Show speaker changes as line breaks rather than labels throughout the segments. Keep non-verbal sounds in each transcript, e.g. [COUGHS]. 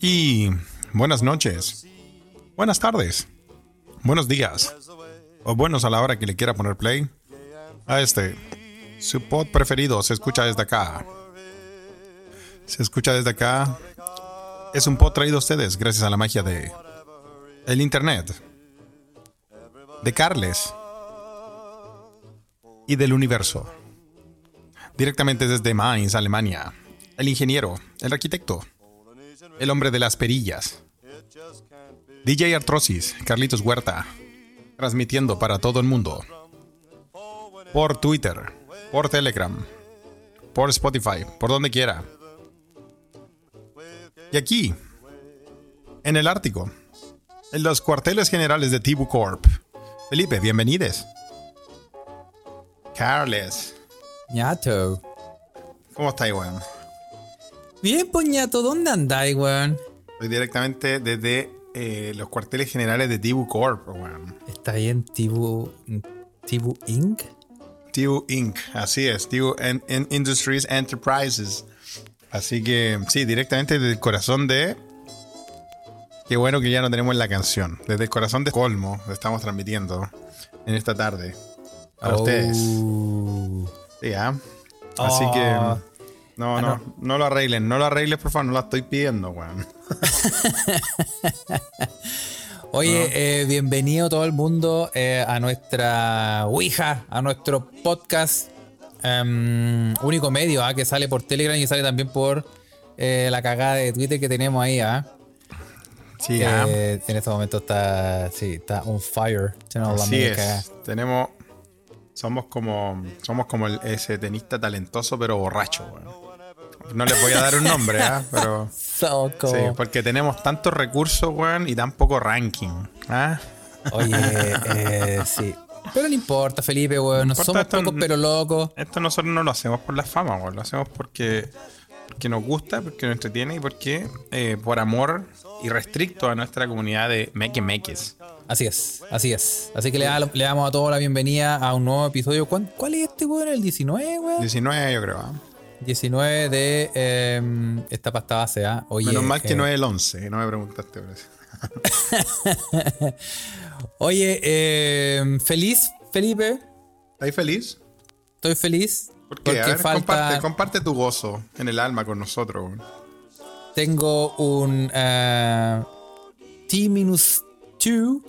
Y buenas noches, buenas tardes, buenos días, o buenos a la hora que le quiera poner play a este. Su pod preferido se escucha desde acá. Se escucha desde acá. Es un pod traído a ustedes gracias a la magia de el internet, de Carles y del universo. Directamente desde Mainz, Alemania, el ingeniero, el arquitecto, el hombre de las perillas, DJ Artrosis, Carlitos Huerta, transmitiendo para todo el mundo, por Twitter, por Telegram, por Spotify, por donde quiera. Y aquí, en el Ártico, en los cuarteles generales de Tibu Corp. Felipe, bienvenides. Carles,
Ñato.
¿cómo estáis, weón?
Bien, pues ñato, ¿dónde andáis, weón?
Estoy directamente desde eh, los cuarteles generales de Tibu Corp, weón.
Está bien, Tibu. Tibu Inc.
Tibu Inc., así es, Tibu en- en Industries Enterprises. Así que, sí, directamente desde el corazón de... Qué bueno que ya no tenemos la canción. Desde el corazón de Colmo estamos transmitiendo en esta tarde. Para
Oh.
ustedes. Sí, ¿ah? Así
Oh.
que... No,
Ah,
no, no, lo arreglen, no lo arreglen, por favor, no la estoy pidiendo, weón.
Oye, eh, bienvenido todo el mundo eh, a nuestra Ouija, a nuestro podcast em, único medio, ah, que sale por Telegram y sale también por eh, la cagada de Twitter que tenemos ahí, ¿ah?
Sí, ¿ah?
Eh, en este momento está, sí, está on fire. Se nos la
Así
media
es.
cagada.
Tenemos. Somos como. Somos como el- ese tenista talentoso, pero borracho, weón. No les voy a dar un nombre,
[LAUGHS]
¿ah? Pero.
So cool.
Sí, porque tenemos tantos recursos, weón, y tan poco ranking. ¿Ah?
Oye, eh, sí. Pero no importa, Felipe, weón. No
importa,
somos
esto
pocos,
n-
pero locos.
Esto nosotros no lo hacemos por la fama, weón. Lo hacemos porque. Porque nos gusta, porque nos entretiene y porque. eh, por amor irrestricto a nuestra comunidad de Make Makes.
Así es, así es. Así que le, da- le damos a todos la bienvenida a un nuevo episodio. ¿Cuán- ¿Cuál, es este, weón? ¿El 19, weón?
19, yo creo. ¿ah?
19 de em, esta pasta base, ¿ah? Oye,
Menos mal que
eh,
no es el 11, que no me preguntaste por eso.
Oye, em, feliz, Felipe.
¿Estáis feliz?
Estoy feliz.
¿Por qué?
Porque
A ver,
falta...
comparte, comparte tu gozo en el alma con nosotros. weón.
Tengo un eh, T-2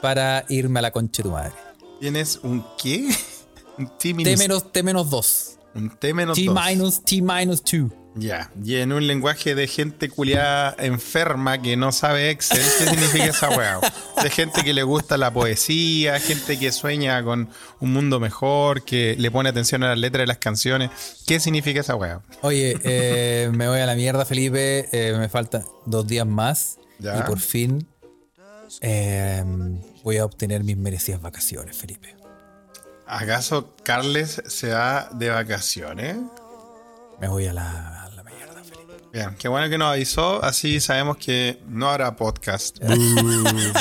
para irme a la concha de tu madre.
¿Tienes un qué? [LAUGHS] Un T
T
menos.
menos, T menos 2.
Un T menos.
T
dos.
minus, T minus 2.
Ya. Y en un lenguaje de gente culiada enferma que no sabe Excel, ¿qué significa esa
[LAUGHS]
weá? De gente que le gusta la poesía, gente que sueña con un mundo mejor, que le pone atención a las letras de las canciones. ¿Qué significa esa weá? [LAUGHS]
Oye, eh, me voy a la mierda, Felipe. eh, me faltan dos días más.
Ya.
Y por fin eh, voy a obtener mis merecidas vacaciones, Felipe.
¿Acaso Carles se va de vacaciones?
Me voy a la, a la mierda, Felipe.
Bien, qué bueno que nos avisó, así sabemos que no habrá
[LAUGHS]
podcast.
Uh.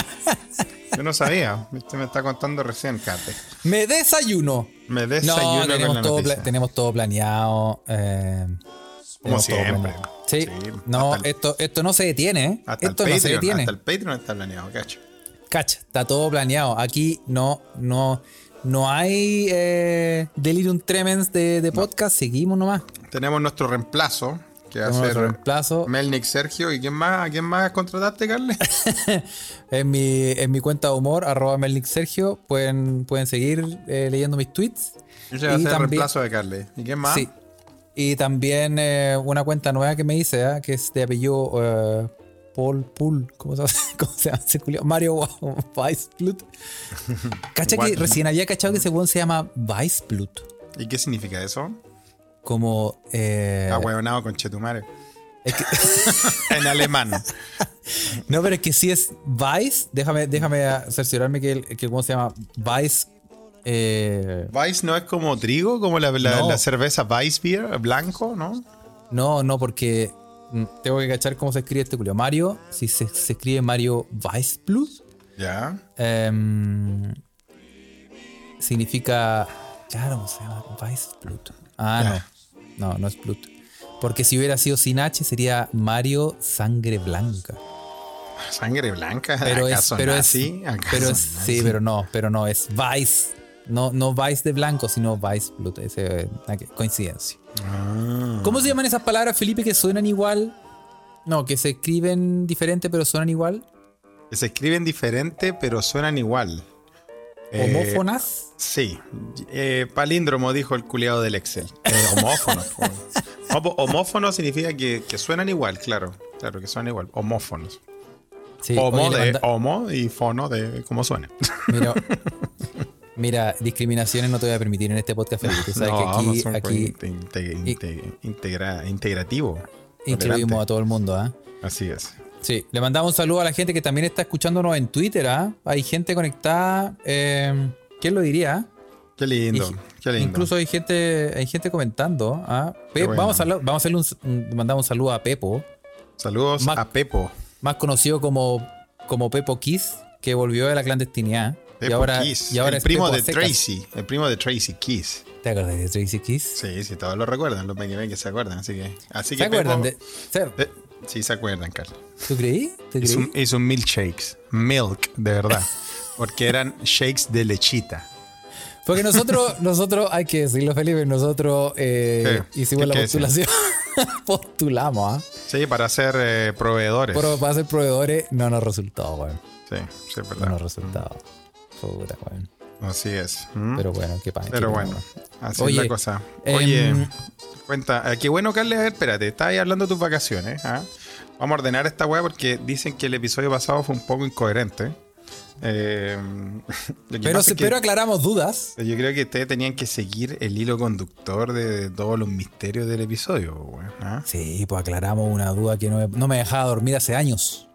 Yo no sabía, este me está contando recién, Kate.
Me desayuno.
Me desayuno
no,
con
tenemos,
la
todo pla-
noticia.
tenemos todo planeado. eh,
Como
tenemos todo
siempre.
planeado. Sí,
Sí,
no,
hasta el-
esto, esto no se detiene. ¿eh?
Hasta
Esto
el
no se
Patreon,
detiene.
hasta el Patreon está planeado, cacho.
Cacha, está todo planeado. Aquí no, no, no hay eh, delirium tremens de, de podcast. Seguimos nomás.
Tenemos nuestro reemplazo, que va a
Tenemos
ser
nuestro reemplazo.
Melnik Sergio. ¿Y quién más, a quién más contrataste,
[LAUGHS]
Carles?
En mi, en mi cuenta de humor, arroba Melnick Sergio, pueden, pueden seguir eh, leyendo mis tweets.
Ese va a
Y
ser el
también-
reemplazo de Carles. ¿Y quién más?
Sí. Y también eh, una cuenta nueva que me hice, ¿ah? que es de apellido eh, Paul Pool. ¿Cómo se llama, [LAUGHS] ¿Cómo se llama ese culiao? Mario
[LAUGHS]
Weissblut. Cacha que
Guay.
recién había cachado que ese weón se llama Weissblut.
¿Y qué significa eso?
Como. eh,
Ah, Ahueonado con Chetumare.
es que-
[LAUGHS] En alemán.
[LAUGHS] No, pero es que si es Vice, déjame, déjame cerciorarme que, el, que cómo se llama Vice. eh,
¿Weiss no es como trigo, como la, la-
No.
la cerveza Weiss Beer, blanco, no?
no, no, porque mm, tengo que cachar cómo se escribe este culio. Mario, si se, se escribe Mario Vice Plus,
Ya.
em, significa. Claro, ¿cómo se llama Vice Plus. Ah,
Ya.
no. No, no es Plus. Porque si hubiera sido sin H sería Mario Sangre Blanca.
Sangre blanca.
Pero es,
¿acaso
pero es,
nazi? ¿Acaso
pero es-
nazi?
sí, pero no, pero no, es Vice. No, no Vice de blanco, sino Vice Blue. Ese, eh, ok, coincidencia.
Ah,
¿Cómo se llaman esas palabras, Felipe, que suenan igual? No, que se escriben diferente, pero suenan igual.
se escriben diferente, pero suenan igual. Eh,
¿Homófonas?
Sí. Eh, palíndromo, dijo el culiado del Excel. Eh, homófono. po. Homo- homófono significa que, que suenan igual, claro. Claro, que suenan igual. Homófonos.
Sí,
homo,
oye, le
de, [LAUGHS]
manda-
homo y fono de cómo suena.
Mira, mira, discriminaciones no te voy a permitir en este podcast, Felipe. Tú sabes
no
que
son
aquí, aquí
inte- inte- inte- integra- integrativo.
incluimos a
Tolerante.
todo el mundo, ¿ah?
Así es.
Sí, le mandamos un saludo a la gente que también está escuchándonos en Twitter, ¿ah? Hay gente conectada. eh, ¿Quién lo diría?
Qué lindo.
Inc-
qué lindo.
Incluso hay gente, hay gente comentando. ¿ah? Pe-
Qué bueno.
Vamos a hablar- vamos a hacerle un, un- mandamos un saludo a Pepo,
Saludos
Mac-
a Pepo.
más conocido como, como Pepo Kiss, que volvió de la clandestinidad.
Pepo
y ahora,
Kiss.
y ahora
el
es
primo
Pepo a
de
secas.
Tracy. El primo de Tracy Kiss.
¿Te acuerdas de Tracy Kiss?
Sí, sí, todos lo recuerdan. Los ven que se acuerdan. Así que. Así que
¿Se
Pepo-
acuerdan de.? Ser,
Eh, sí, se acuerdan, Carlos.
¿Tú creí? ¿Te creí?
Hizo, un- hizo un milkshakes. Milk, de
[LAUGHS]
verdad. Porque eran shakes de lechita.
Porque
[LAUGHS]
nosotros, nosotros, hay que decirlo, Felipe, nosotros eh,
Sí,
hicimos
hay
la
que decirlo.
postulación. [LAUGHS] Postulamos, ¿ah?
Sí, para ser eh, proveedores.
Pero para ser proveedores no nos resultó, weón.
sí, sí, es
No
verdad.
nos resultó. Puta, weón.
Así es. ¿Mm? Pero,
Pero bueno, qué pasa.
bueno, así
Oye,
es la cosa.
em,
Oye, cuenta. eh, qué bueno, Carlos. a ver, Espérate, estás ahí hablando de tus vacaciones. ¿ah? Vamos a ordenar esta weá porque dicen que el episodio pasado fue un poco incoherente. Eh, [LAUGHS] lo que
Pero,
pasa
se-
es que-
pero aclaramos dudas.
Yo creo que ustedes tenían que seguir el hilo conductor de, de todos los misterios del episodio, güey, ¿ah?
Sí, pues aclaramos una duda que no me, no me dejaba dormir hace años.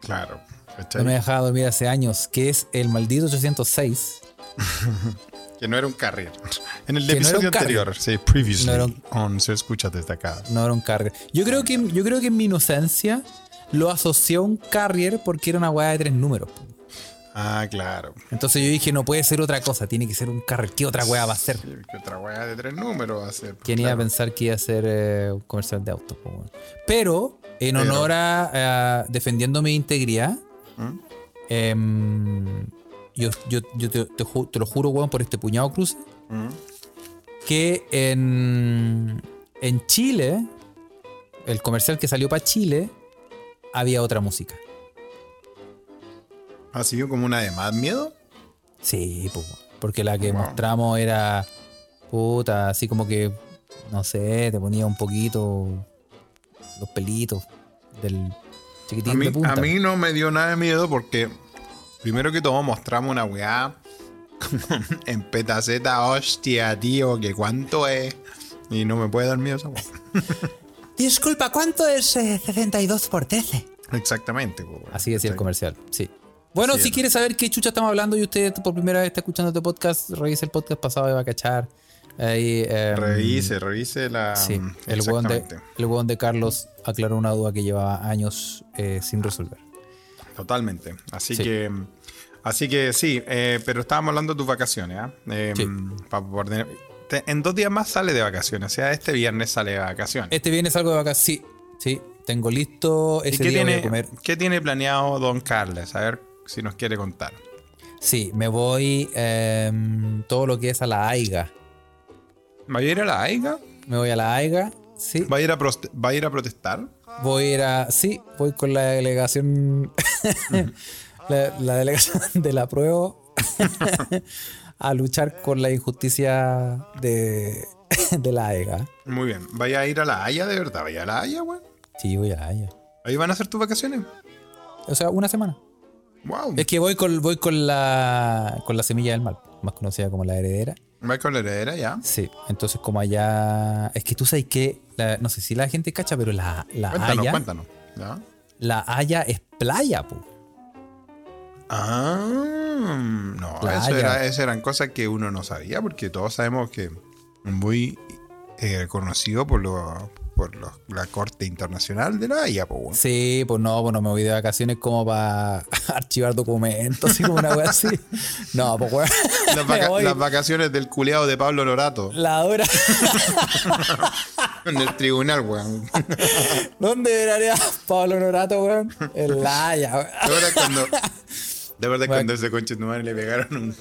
Claro. ¿cachai?
No me dejaba dormir hace años, que es el maldito 806.
Que no era un carrier. [LAUGHS] En el
Que no era
episodio
un carrier.
anterior, sí, previously,
No era un-
on Se Escucha Desde Acá.
No era un carrier. Yo creo que, yo creo que en mi inocencia lo asocié a un carrier porque era una weá de tres números. po.
Ah, claro.
Entonces yo dije, no puede ser otra cosa, tiene que ser un carrier. ¿Qué otra weá va a ser?
Sí, que otra weá de tres números va a ser.
¿Quién iba a
claro.
pensar que iba a ser eh, un comercial de autos? po, weón? Pero, en honor a a defendiendo mi integridad,
¿Mm?
em, yo, yo- yo te, te ju- te lo juro, weón, por este puñado cruce,
¿Mm?
que en, en Chile, el comercial que salió para Chile, había otra música.
¿Ha sido como una de más miedo?
Sí, po, weón, porque la que
Wow.
mostramos era puta, así como que, no sé, te ponía un poquito los pelitos del
A
chiquitín
mí,
de punta.
a mí no me dio nada de miedo porque, primero que todo, mostramos una weá [LAUGHS] en petaceta, hostia, tío, que cuánto es. Y no me puede dar miedo esa weá. [LAUGHS]
Disculpa, ¿cuánto es eh, 72 por 13?
Exactamente. po, weón.
Así decía el
Sí.
comercial, sí. Bueno,
Así
si
es.
quieres saber qué chucha estamos hablando y usted por primera vez está escuchando este podcast, revise el podcast pasado y va a cachar. Ahí, em,
Revise, revise la.
Sí, el hueón, de,
exactamente.
el hueón de Carlos aclaró una duda que llevaba años eh, sin resolver.
Totalmente. Así
Sí.
que. Así que sí, eh, pero estábamos hablando de tus vacaciones, ¿ah? Eh,
Sí.
pa- por tener- te- en dos días más sale de vacaciones, o sea, este viernes sale de vacaciones.
Este viernes salgo de acá, sí, sí, tengo listo
¿Y
ese
qué
día voy a
tiene,
comer.
qué tiene planeado Don Carles? A ver si nos quiere contar.
Sí, me voy em, todo lo que es a la AIGA.
¿Va a ir a la AIGA?
Me voy a la AIGA, sí.
¿Va a ir a, prost- va a, ir a protestar?
Voy a ir a. Sí, voy con la delegación. [LAUGHS] la, la delegación [LAUGHS] de la prueba. a luchar con la injusticia de, [LAUGHS] de la AEGA.
Muy bien. ¿Vaya a ir a la Haya de verdad? ¿Vaya a la Haya, güey?
Sí, voy a la AEGA.
¿Ahí van a hacer tus vacaciones?
O sea, una semana.
¡Wow!
Es que voy con, voy con la. con la semilla del mal, más conocida como la heredera.
¿Va con la heredera ya?
Sí. Entonces, como allá. Es que tú sabes que. la- no sé si la gente cacha, pero la, la
Cuéntanos,
Haya.
cuéntanos. ¿Ya?
La Haya es playa, po.
Ah, no,
Playa.
eso era, eso eran cosas que uno no sabía, porque todos sabemos que muy eh, conocido por, lo, por lo- la Corte Internacional de la Haya, po,
[LAUGHS]
weón.
Sí, pues no, pues no me voy de vacaciones como para [LAUGHS] archivar documentos, así como una wea así. No, pues weón.
[LAUGHS] las,
[LAUGHS] me
vaca-
voy.
las vacaciones del culeado de Pablo Lorato.
La hora.
En el tribunal, weón.
[LAUGHS] ¿Dónde era Pablo Norato, weón? En La Haya, weón.
De verdad, cuando. De verdad, cuando ese conche de tu madre le pegaron un-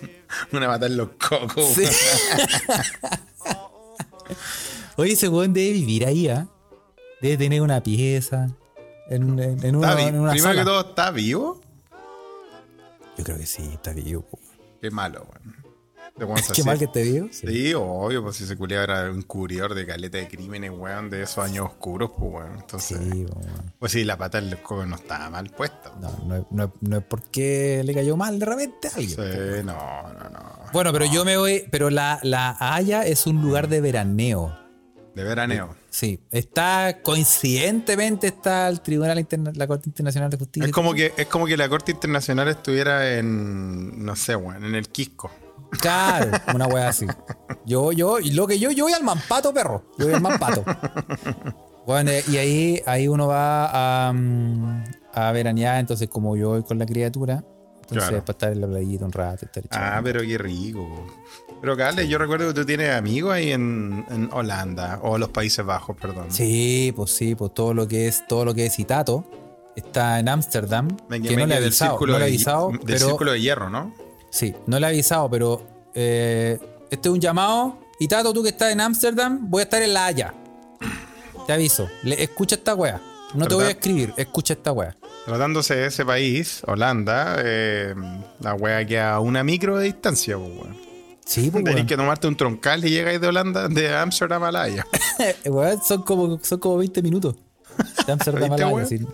una bata en los cocos,
Sí.
weón.
Oye, ese weón debe vivir ahí, ¿ah? Debe tener una pieza. En, en- en
Está
una,
vi-
en una
Primero
sala.
que todo, ¿está vivo?
Yo creo que sí, está vivo.
Qué malo, weón. De weón
Qué
así.
mal que esté vivo.
Sí, obvio, pues si ese culiado era un curidor de caleta de crímenes, weón, de esos años oscuros, pues, weón.
Sí,
Entonces,
weón.
pues sí, la pata en los cocos no estaba mal puesta.
no, no, es- no es- no es porque le cayó mal de repente a alguien.
Sí, no, no, no.
Bueno, pero yo me voy. Pero la, la Haya es un lugar de veraneo.
De veraneo.
Sí. Está coincidentemente está el Tribunal Interna- la Corte Internacional de Justicia.
Es como que, es como que la Corte Internacional estuviera en, no sé, weón, en el Quisco.
[LAUGHS] Claro, una wea así. Yo, yo, y lo que yo, yo voy al mampato, perro. Yo voy al mampato. Bueno, eh, y ahí, ahí uno va a, mm, a veranear, entonces como yo voy con la criatura, entonces
Claro.
para estar en la playita un rato, estar
Ah,
echando.
pero qué rico. Pero Carles, yo recuerdo que tú tienes amigos ahí en, en Holanda, o los Países Bajos, perdón.
Sí, pues sí, pues todo lo que es, todo lo que es Itato está en Ámsterdam,
Me
que
llamé
no le he
del
avisado,
círculo
no le he
de-
avisado,
del
pero
círculo de hierro, ¿no?
Sí, no le he avisado, pero eh, este es un llamado. Y Tato, tú que estás en Ámsterdam, voy a estar en La Haya. Te aviso. Le- escucha esta wea. No te
¿Verdad?
voy a escribir, escucha esta wea.
Tratándose de ese país, Holanda, eh, la wea queda a una micro de distancia, pues, weón.
Sí,
[LAUGHS]
pues,
Tenés
weón.
que tomarte un troncal y llegáis de Holanda, de Amsterdam a La Haya.
Eh, Weón, son, como, son como 20 minutos.
[LAUGHS]
De Ámsterdam a
¿Viste,
La Haya.
weón?
Sí, sí,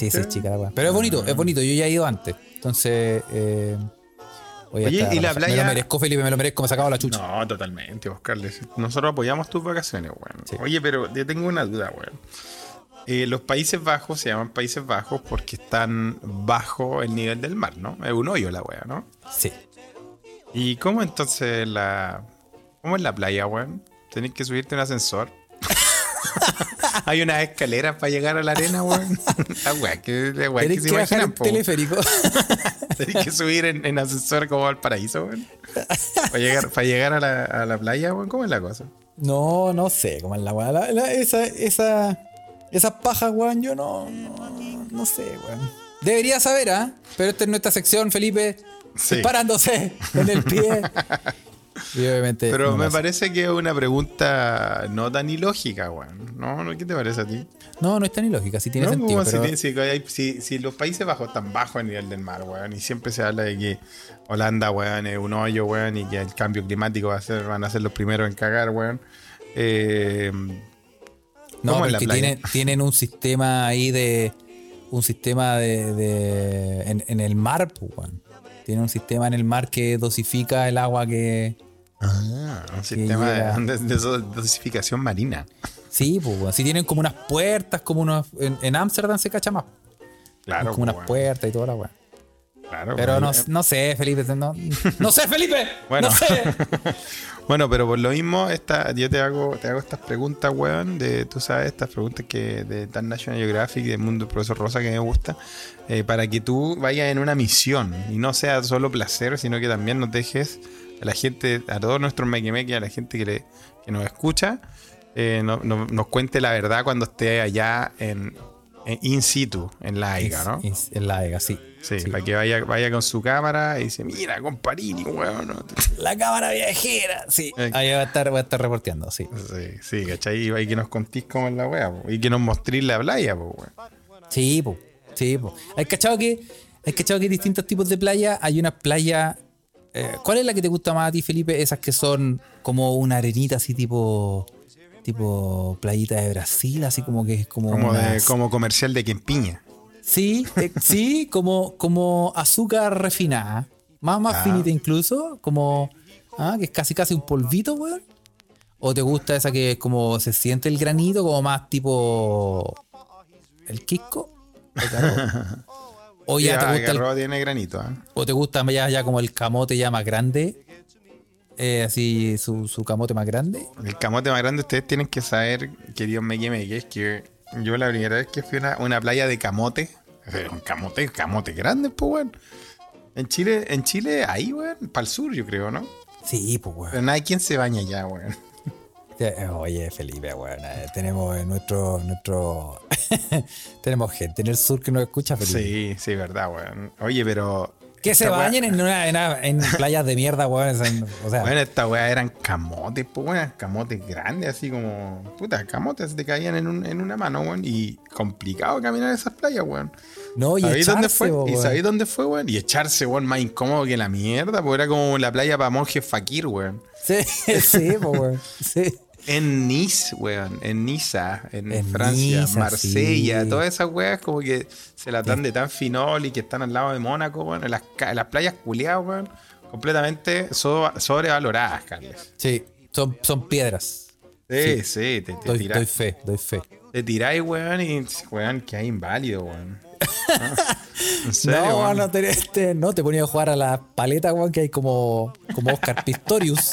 sí,
¿Viste?
es chica la Ah. wea. Pero es bonito, es bonito. Yo ya he ido antes. Entonces. Eh, voy a
Oye,
estar
y la
relajado. Me
playa-
lo merezco, Felipe, me lo merezco. Me he sacado la chucha.
No, totalmente, Oscar. Nosotros apoyamos tus vacaciones, weón.
Sí.
Oye, pero yo tengo una duda, weón. Eh, los Países Bajos se llaman Países Bajos porque están bajo el nivel del mar, ¿no? Es un hoyo la wea, ¿no?
Sí.
¿Y cómo entonces la. ¿Cómo es la playa, weón? Tenés que subirte un ascensor. [LAUGHS] Hay unas escaleras para llegar a la arena,
[LAUGHS]
weón. la wea que, la wea Pues que
Tenés
se
que bajar
imaginan,
el
po.
teleférico.
[LAUGHS]
[LAUGHS]
Tenés que subir en, en ascensor como al paraíso, weón. Para llegar, para llegar a, la, a la playa, weón. ¿Cómo es la cosa?
No, no sé cómo es la weá. La- la- esa, esa, esa paja, weón, yo no, no, no sé, weón. Debería saber, ¿ah? Pero esta es nuestra sección, Felipe.
Sí.
Parándose en
[LAUGHS]
el pie. y obviamente.
Pero
no
me
lo sé.
parece que es una pregunta no tan ilógica, weón. ¿No? ¿No? ¿Qué te parece a ti?
No, no está ni lógica, sí tiene
No, pues,
sentido.
weón, si
pero-
tiene- si, hay- si- si los Países Bajos están bajo el nivel del mar, weón, y siempre se habla de que Holanda, weón, es un hoyo, weón, y que el cambio climático va a ser, van a ser los primeros en cagar, weón. Eh,
No,
¿Cómo
pero
en
es
la
que
playa?
tienen, tienen un sistema ahí de. Un sistema de. de- en, en el mar, pues, weón. Tienen un sistema en el mar que dosifica el agua que.
un sistema
Ah, llega-
[LAUGHS] de, de- de dosificación marina.
Sí, pues, weón. Sí tienen como unas puertas, como unos. En en Ámsterdam se cacha más.
Claro,
como unas
weón,
puertas y toda la weá.
claro,
Pero
weón. Eh,
no, no sé, Felipe. No,
[LAUGHS]
no sé, Felipe.
Bueno.
No sé.
[LAUGHS] Bueno, pero por lo mismo, esta, yo te hago, te hago estas preguntas, weón, de, tú sabes, estas preguntas que de tan National Geographic, del mundo del profesor Rosa, que me gusta, eh, para que tú vayas en una misión y no sea solo placer, sino que también nos dejes a la gente, a todos nuestros mequimeques, a la gente que, le- que nos escucha, eh, no- no- nos cuente la verdad cuando esté allá en, en- in situ, en la AIGA, ¿no?
Es- es la EGA, sí.
Sí,
sí.
para que vaya, vaya con su cámara y dice, mira, comparini, weón. ¿no?
La cámara viajera, sí.
Eh.
Ahí va a estar, va a estar reporteando, sí.
Sí, sí, ¿cachai? Y- Y que nos contís cómo es la wea, po. y que nos mostrís la playa, po, weón.
Sí, po. Sí, po. ¿Has cachado que, hay cachado que hay distintos tipos de playas? Hay unas playas. eh, ¿Cuál es la que te gusta más a ti, Felipe? Esas que son como una arenita así tipo. Tipo playita de Brasil, así como que es como.
Como, de,
unas-
como comercial de quien piña.
Sí, eh, sí, como, como azúcar refinada. Más, más
Ah.
finita incluso, como ah, que es casi casi un polvito, weón. ¿O te gusta esa que es como se siente el granito, como más tipo el Quisco? ¿O te agarró?
[LAUGHS]
O
Ya,
ya te gusta el-
Agarró, tiene granito, ¿ah?
o te gusta ya, ya como el camote ya más grande. eh, así su, su camote más grande.
El camote más grande, ustedes tienen que saber, queridos Meque Meque, es que yo la primera vez que fui a una, una playa de camote, eh, un camote, camote grande, pues, weón. En Chile, en Chile, ahí, weón, para el sur, yo creo, ¿no?
Sí, pues weón.
Pero nadie quien se baña allá, weón.
Te- Oye, Felipe, bueno, eh, tenemos eh, nuestro, nuestro [LAUGHS] tenemos gente en el sur que nos escucha, Felipe.
Sí, sí, verdad, weón. Oye, pero.
Que se
esta weá-
bañen en, una, en, una- en playas de mierda, weón. es en- O sea,
Bueno, esta weá eran camotes, pues, weón, camotes grandes, así como. Puta, camotes te caían en, un- en una mano, weón. Y complicado caminar esas playas, weón.
no, y
¿Sabéis
echarse,
dónde fue?
po,
¿Y
weón.
sabéis dónde fue, weón? Y echarse, weón, más incómodo que la mierda, porque era como la playa para monjes fakir, weón.
Sí, [LAUGHS] sí, po, weón. Sí.
En Nice, weón, en Niza, en,
En
Francia,
Niza,
Marsella,
sí. Eh.
todas esas weas como que se las dan de tan finol y que están al lado de Mónaco, weón, en las, ca- en las playas culiadas, weón, completamente so- sobrevaloradas, Carles.
Sí, son, son piedras.
Sí, sí, te, te
Doy,
tirás-
doy fe, doy fe.
te tiráis, weón, y weón, que hay inválido,
[LAUGHS]
weón. Ah, en serio,
no,
weón.
no te, te- no, te ponía a jugar a las paletas, weón, que hay como, como
[LAUGHS]
Oscar Pistorius.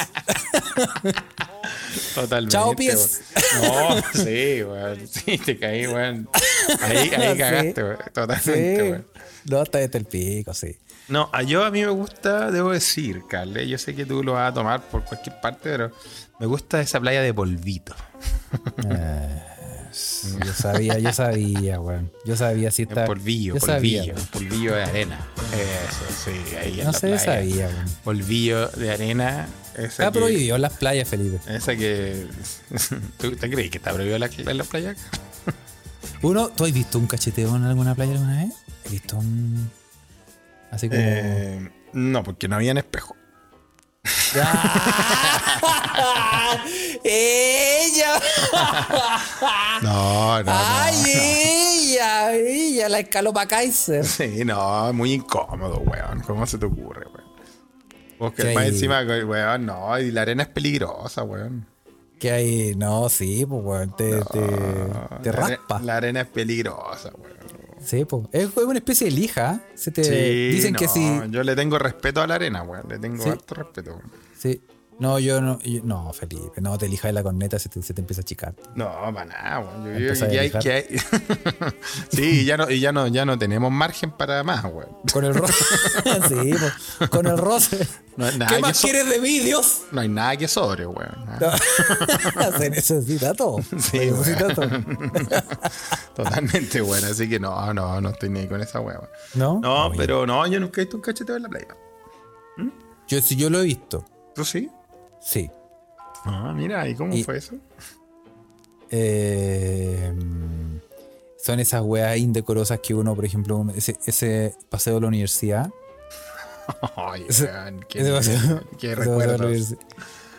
Totalmente.
Chao, pies.
weón. No, sí, weón. Sí, te caí, weón.
[LAUGHS]
Ahí, ahí
Sí.
cagaste, weón. Totalmente,
sí.
weón.
No, está desde el pico, sí.
No, a yo a mí me gusta, debo decir, Carle, yo sé que tú lo vas a tomar por cualquier parte, pero me gusta esa playa de polvito.
Yo sabía, yo sabía, weón. Yo sabía si
El
está.
polvillo,
yo
polvillo,
sabía.
polvillo de arena. Eso, sí, ahí en
No
la
sé,
playa.
sabía, weón.
Polvillo de arena. Esa
Está
que,
prohibido en las playas, Felipe.
Esa que. [LAUGHS] ¿Tú te crees que está prohibido en la, en la playa?
Uno, ¿tú has visto un cacheteo en alguna playa alguna vez? ¿Has visto un. Así como. [LAUGHS]
Eh, no, porque no habían espejo.
¡Ah! ¡Ella!
Ah. No, no, no.
¡Ay, ella! ¡Ella! La escalopa Kaiser.
Sí, no, muy incómodo, weón. ¿Cómo se te ocurre, weón? Vos que
Sí.
más encima, weón, no, y la arena es peligrosa, weón.
Que ahí. No, sí, pues, weón. Te,
No,
te, te
la are-
raspa.
La arena es peligrosa, weón.
Sí, pues. Es es una especie de lija. ¿eh? Se te,
Sí,
dicen que
no,
si
Yo le tengo respeto a la arena, weón. Le tengo
Sí.
harto respeto. weón.
Sí. No, yo no. yo- no, Felipe, no te elijas la corneta, se te, se te empieza a achicar.
No, para nada, weón. Yo digo
Empezá
que
a
hay.
lijar.
Que hay... [LAUGHS] sí, y ya no, y ya no, ya no tenemos margen para más, weón.
Con el roce. [LAUGHS] sí, po, con el roce.
No hay nada
¿Qué
que
más
so-
quieres de mí, Dios?
No hay nada que sobre, weón. ¿ah?
[LAUGHS] se necesita todo.
Sí,
se necesita todo.
[LAUGHS] Totalmente, weón. Así que no, no, no estoy ni con esa weón.
¿No?
No,
Oye,
pero no, yo nunca he visto un cacheteo en la playa.
Yo, si yo lo he visto.
¿Tú sí?
Sí.
Ah, mira, ¿y cómo
Y-
fue eso?
Eh, mm, son esas weas indecorosas que uno, por ejemplo, un- ese, ese paseo de la universidad.
Ay,
Ese-
weón, qué,
ese paseo.
qué
ese paseo de la
recuerdos.
universidad.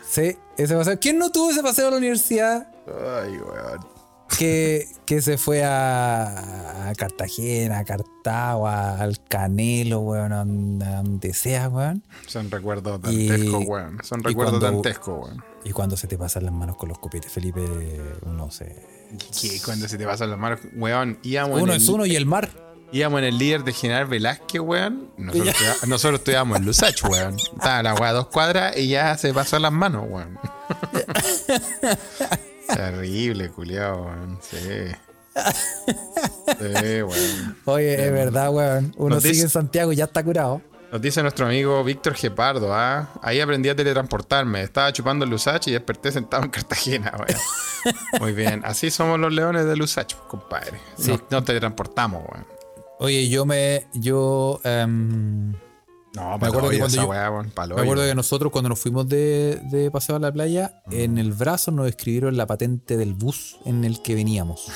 Sí, ese paseo. ¿Quién no tuvo ese paseo de la universidad?
Ay, weón.
que, que se fue a, a Cartagena, a Cartago, a- al Canelo, weón, a donde, a donde sea, weón.
Son recuerdos
Y-
dantescos, weón. Son
y
recuerdos
cuando-
dantescos, weón.
Y cuando se te pasan las manos con los copetes, Felipe, uno se.
Que cuando se te pasan las manos, weón, íbamos,
Uno
en
es
el,
uno y el mar.
íbamos en el líder de General Velázquez, weón. Nosotros, estudia- nosotros estudiábamos en Lusach, weón. Estaba la weá a dos cuadras y ya se pasó las manos,
[LAUGHS]
weón. Terrible, culiao, weón. Sí. Sí, weón.
Oye, es verdad, weón. Uno
Nos
sigue
dice-
en Santiago y ya está curado.
Nos dice nuestro amigo Víctor Gepardo, ¿ah? Ahí aprendí a teletransportarme. Estaba chupando el Lusach y desperté sentado en Cartagena, weón. Muy bien. Así somos los leones de Lusach, compadre.
Sí.
Nos, nos teletransportamos, weón.
Oye, yo me. Yo. em,
No,
Me acuerdo que cuando
esa
yo-
weá, weón. palo
me acuerdo
hoyo.
que nosotros cuando nos fuimos de, de paseo a la playa, en el brazo nos escribieron la patente del bus en el que veníamos.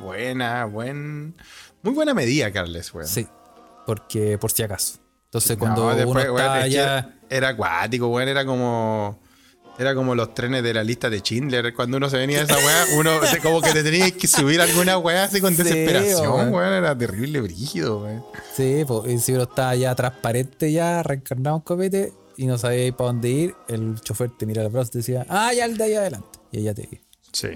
Buena, buen... Muy buena medida, Carles, weón.
Sí, porque por si acaso. Entonces,
No,
cuando uno
después, weón,
está
es que
allá.
Era acuático, weón. Era como... Era como los trenes de la lista de Schindler. Cuando uno se venía de esa
[LAUGHS]
weá, uno se- como que te tenías que subir alguna weá así con
Sí,
desesperación,
weón.
weón. Era terrible, brígido, weón.
Sí, pues, y si uno estaba ya transparente, ya reencarnado en copete y no sabía para dónde ir, el chofer te mira el brazo y te decía, ah, ya el de ahí adelante. Y ella te guía.
Sí.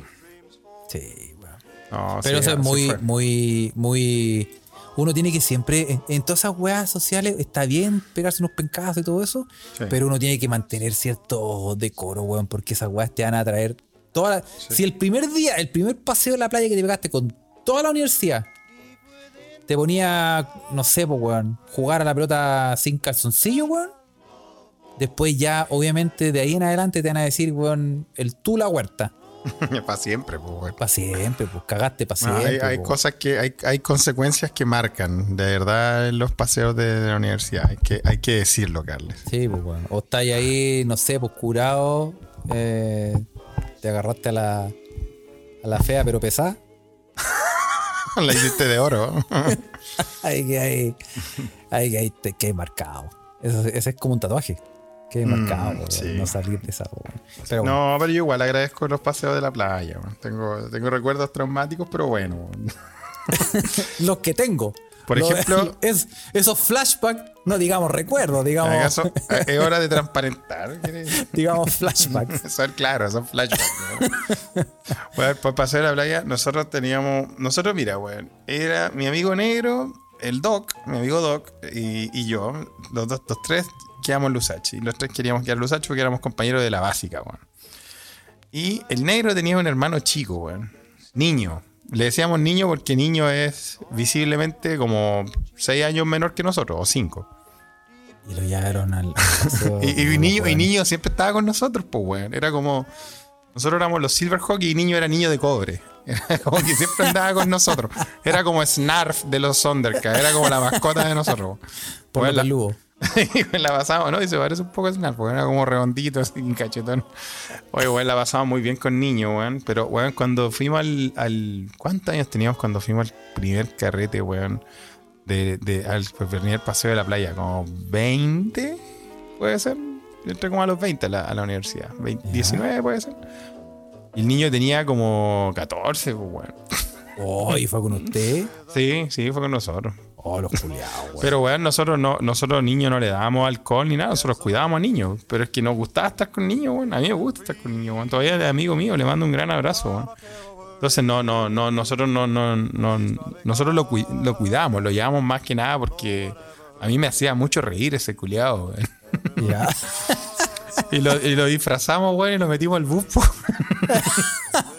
Sí, weón.
No,
Pero
sí,
eso es
así
muy,
fue. [LAUGHS]
muy, muy. Uno tiene que siempre, en, en todas esas weas sociales, está bien pegarse unos pencazos y todo eso,
Sí.
pero uno tiene que mantener cierto decoro, weón, porque esas weas te van a traer toda la. Si el primer día, el primer paseo en la playa que te pegaste con toda la universidad, te ponía, no sé, pues, weón, jugar a la pelota sin calzoncillo, weón. Después ya, obviamente, de ahí en adelante te van a decir, weón, el tú la huerta.
para siempre, pues, güey.
Para siempre, pues cagaste para
No,
siempre.
Ah,
pues.
hay, hay
po.
cosas que hay, hay consecuencias que marcan de verdad los paseos de, de la universidad hay que hay que decirlo Carles [LAUGHS]
Sí, pues weón. O estáis ahí, no sé, pues curado, eh, te agarraste a la, a la fea pero pesada.
la hiciste de oro
Ahí que hay, ahí que hay, te quedé marcado. Eso- ese es como un tatuaje. Quedé marcado, weón,
Mm, sí.
no salir de esa. weón. Pero bueno,
no pero yo igual agradezco los paseos de la playa güey. tengo tengo recuerdos traumáticos pero bueno güey.
los que tengo.
Por
Lo-
ejemplo-
[LAUGHS] es, esos flashbacks, no digamos recuerdos, digamos,
¿Acaso es hora de transparentar ¿Quieres
digamos
[LAUGHS]
flashbacks.
son claro son flashbacks güey? bueno por paseo de la playa nosotros teníamos nosotros mira güey, era mi amigo negro el Doc, mi amigo Doc y, y yo, los dos, los tres quedamos en Lusachi. Y los tres queríamos quedar en Lusachi porque éramos compañeros de la básica, güey. Y el negro tenía un hermano chico, weón. Niño. Le decíamos niño porque niño es visiblemente como 6 años menor que nosotros, o 5.
Y lo llevaron al. al paseo,
[LAUGHS] Y, y niño, y
weón.
niño siempre estaba con nosotros, pues, weón. Era como. Nosotros éramos los Silverhawk y niño era niño de cobre. [LAUGHS] Era como que siempre andaba con nosotros. Era como Snarf de los Sondercats. Era como la mascota de nosotros.
Por
Weón,
lo
la-
peludo.
y me la pasaba, ¿no? Y se parece un poco a Snarf, porque era como redondito, así, cachetón. Oye, weón, la pasaba muy bien con niños, weón. Pero, weón, cuando fuimos al, al- ¿Cuántos años teníamos cuando fuimos al primer carrete, weón? De, de- al primer paseo de la playa, como 20, puede ser. Yo entré como a los 20 a la, a la universidad. 20,
Ya.
19, puede ser. Y el niño tenía como 14, pues, weón.
Oh, y fue con usted.
Sí, sí, fue con nosotros.
Oh, los culiados, weón.
Pero bueno, nosotros no, nosotros niños no le dábamos alcohol ni nada, nosotros cuidábamos a niños. Pero es que nos gustaba estar con niños, bueno. A mí me gusta estar con niños, bueno. Todavía es amigo mío, le mando un gran abrazo, bueno. Entonces no, no, no, nosotros no, no, no- nosotros lo, cui- lo cuidábamos, lo llevábamos más que nada porque a mí me hacía mucho reír ese culiado, weón. [LAUGHS]
Ya.
Y lo, y lo disfrazamos, bueno, y lo metimos al bus, po.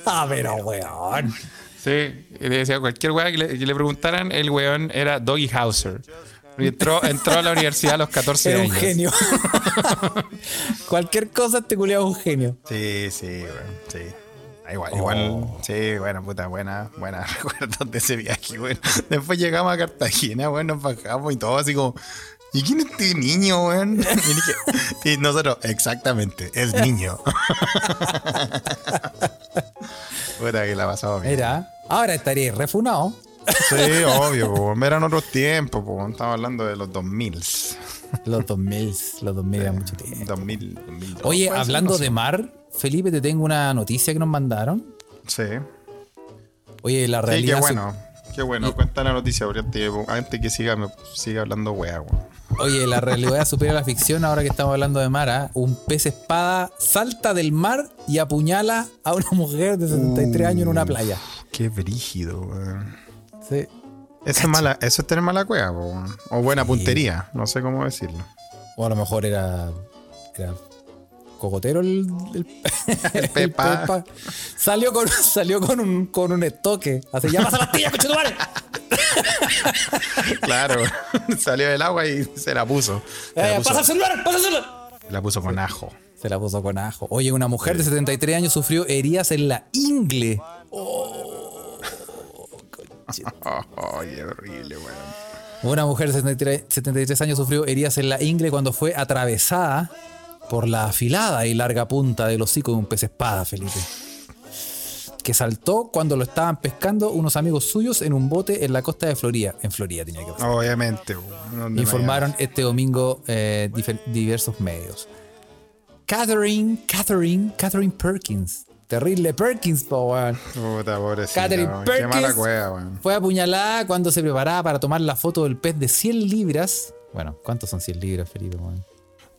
Ah, pero weón.
Sí, y le decía cualquier weá que le, que le preguntaran, el weón era Doggy Hauser. Y entró, entró a la universidad a los
[LAUGHS]
14
Era un
años.
genio. Cualquier cosa este culiado es un genio.
Sí, sí, bueno, sí. Ah,
Oh.
Igual, igual, sí, bueno, puta, buena, buena, [LAUGHS] recuerdos de ese viaje, bueno. Después llegamos a Cartagena, bueno, nos bajamos y todo así como, ¿y quién es este niño, weón? [LAUGHS] Y, dije- y nosotros, exactamente, es niño. [LAUGHS] Puta, que la pasamos bien.
Mira, ahora estaría refunado.
Sí, obvio, po, eran otros tiempos, po, estamos hablando de los 2000,
Los 2000, los 2000 era mucho tiempo.
2000, 2002. puede
Oye,
ser,
hablando
no
de
sé.
mar, Felipe, te tengo una noticia que nos mandaron.
Sí.
Oye, la
Sí, qué
realidad.
bueno. Qué bueno. Cuenta la noticia, porque antes, antes que siga, me siga hablando wea, weón.
Oye, la realidad supera la ficción ahora que estamos hablando de mar. ¿ah? Un pez espada salta del mar y apuñala a una mujer de 73 años en una playa.
Qué brígido, weón.
Sí.
Eso es, mala, eso es tener mala cueva, po, weón. o buena puntería, no sé cómo
[LAUGHS]
decirlo.
O a lo mejor era. Era cogotero el,
[LAUGHS]
el, el
Pepa.
Pepa. Salió con, [LAUGHS] salió con un con un estoque. Así llama esa pastilla, cochetumare.
Claro, [LAUGHS] salió del agua y se la puso. Se la
Eh,
puso,
pasa el celular, pasa el celular.
se la puso con ajo.
Se la puso con ajo. Oye, una mujer de 73 años sufrió heridas en la ingle.
Oh, oh, qué horrible, weón.
Una mujer de 73, 73 años sufrió heridas en la ingle cuando fue atravesada por la afilada y larga punta del hocico de un pez espada, Felipe. Que saltó cuando lo estaban pescando unos amigos suyos en un bote en la costa de Florida. En Florida tenía que pasar.
Obviamente, weón. ¿Dónde
Informaron este domingo eh, difer- diversos medios. Catherine, Catherine, Catherine Perkins. Terrible Perkins, po, weón.
me llaman? Puta, pobrecita,
Catherine
weón. Qué
Perkins
mala cueva, weón.
fue apuñalada cuando se preparaba para tomar la foto del pez de 100 libras. Bueno, ¿cuántos son 100 libras, Felipe? weón?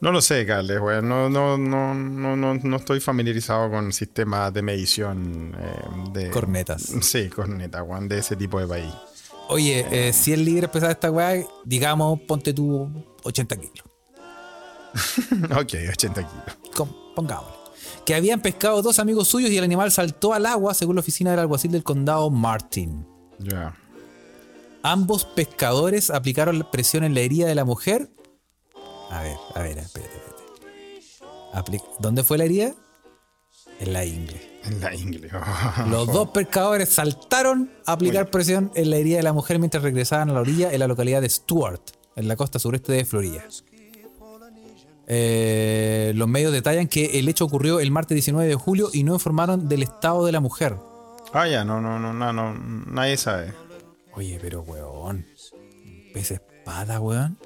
No lo sé, Carles, weón. No, no, no, no, no, no estoy familiarizado con sistemas de medición eh, de,
Cornetas.
Sí, corneta, Juan, de ese tipo de país. [LAUGHS]
Oye, eh, 100 libras pesada esta weá, digamos, ponte tú 80 kilos.
ok, 80 kilos.
Com- Pongámosle. Que habían pescado dos amigos suyos y el animal saltó al agua, según la oficina del alguacil del condado Martin.
Ya.
Ambos pescadores aplicaron la presión en la herida de la mujer. A ver, a ver, espérate, espérate. Apli- ¿Dónde fue la herida? En la ingle.
En la ingle.
Los dos pescadores saltaron a aplicar presión en la herida de la mujer mientras regresaban a la orilla en la localidad de Stuart, en la costa sureste de Florida. Eh, los medios detallan que el hecho ocurrió el martes 19 de julio y no informaron del estado de la mujer.
[LAUGHS] Ah, ya, no, no, no, no, no, nadie sabe.
Oye, pero weón, pez espada, weón.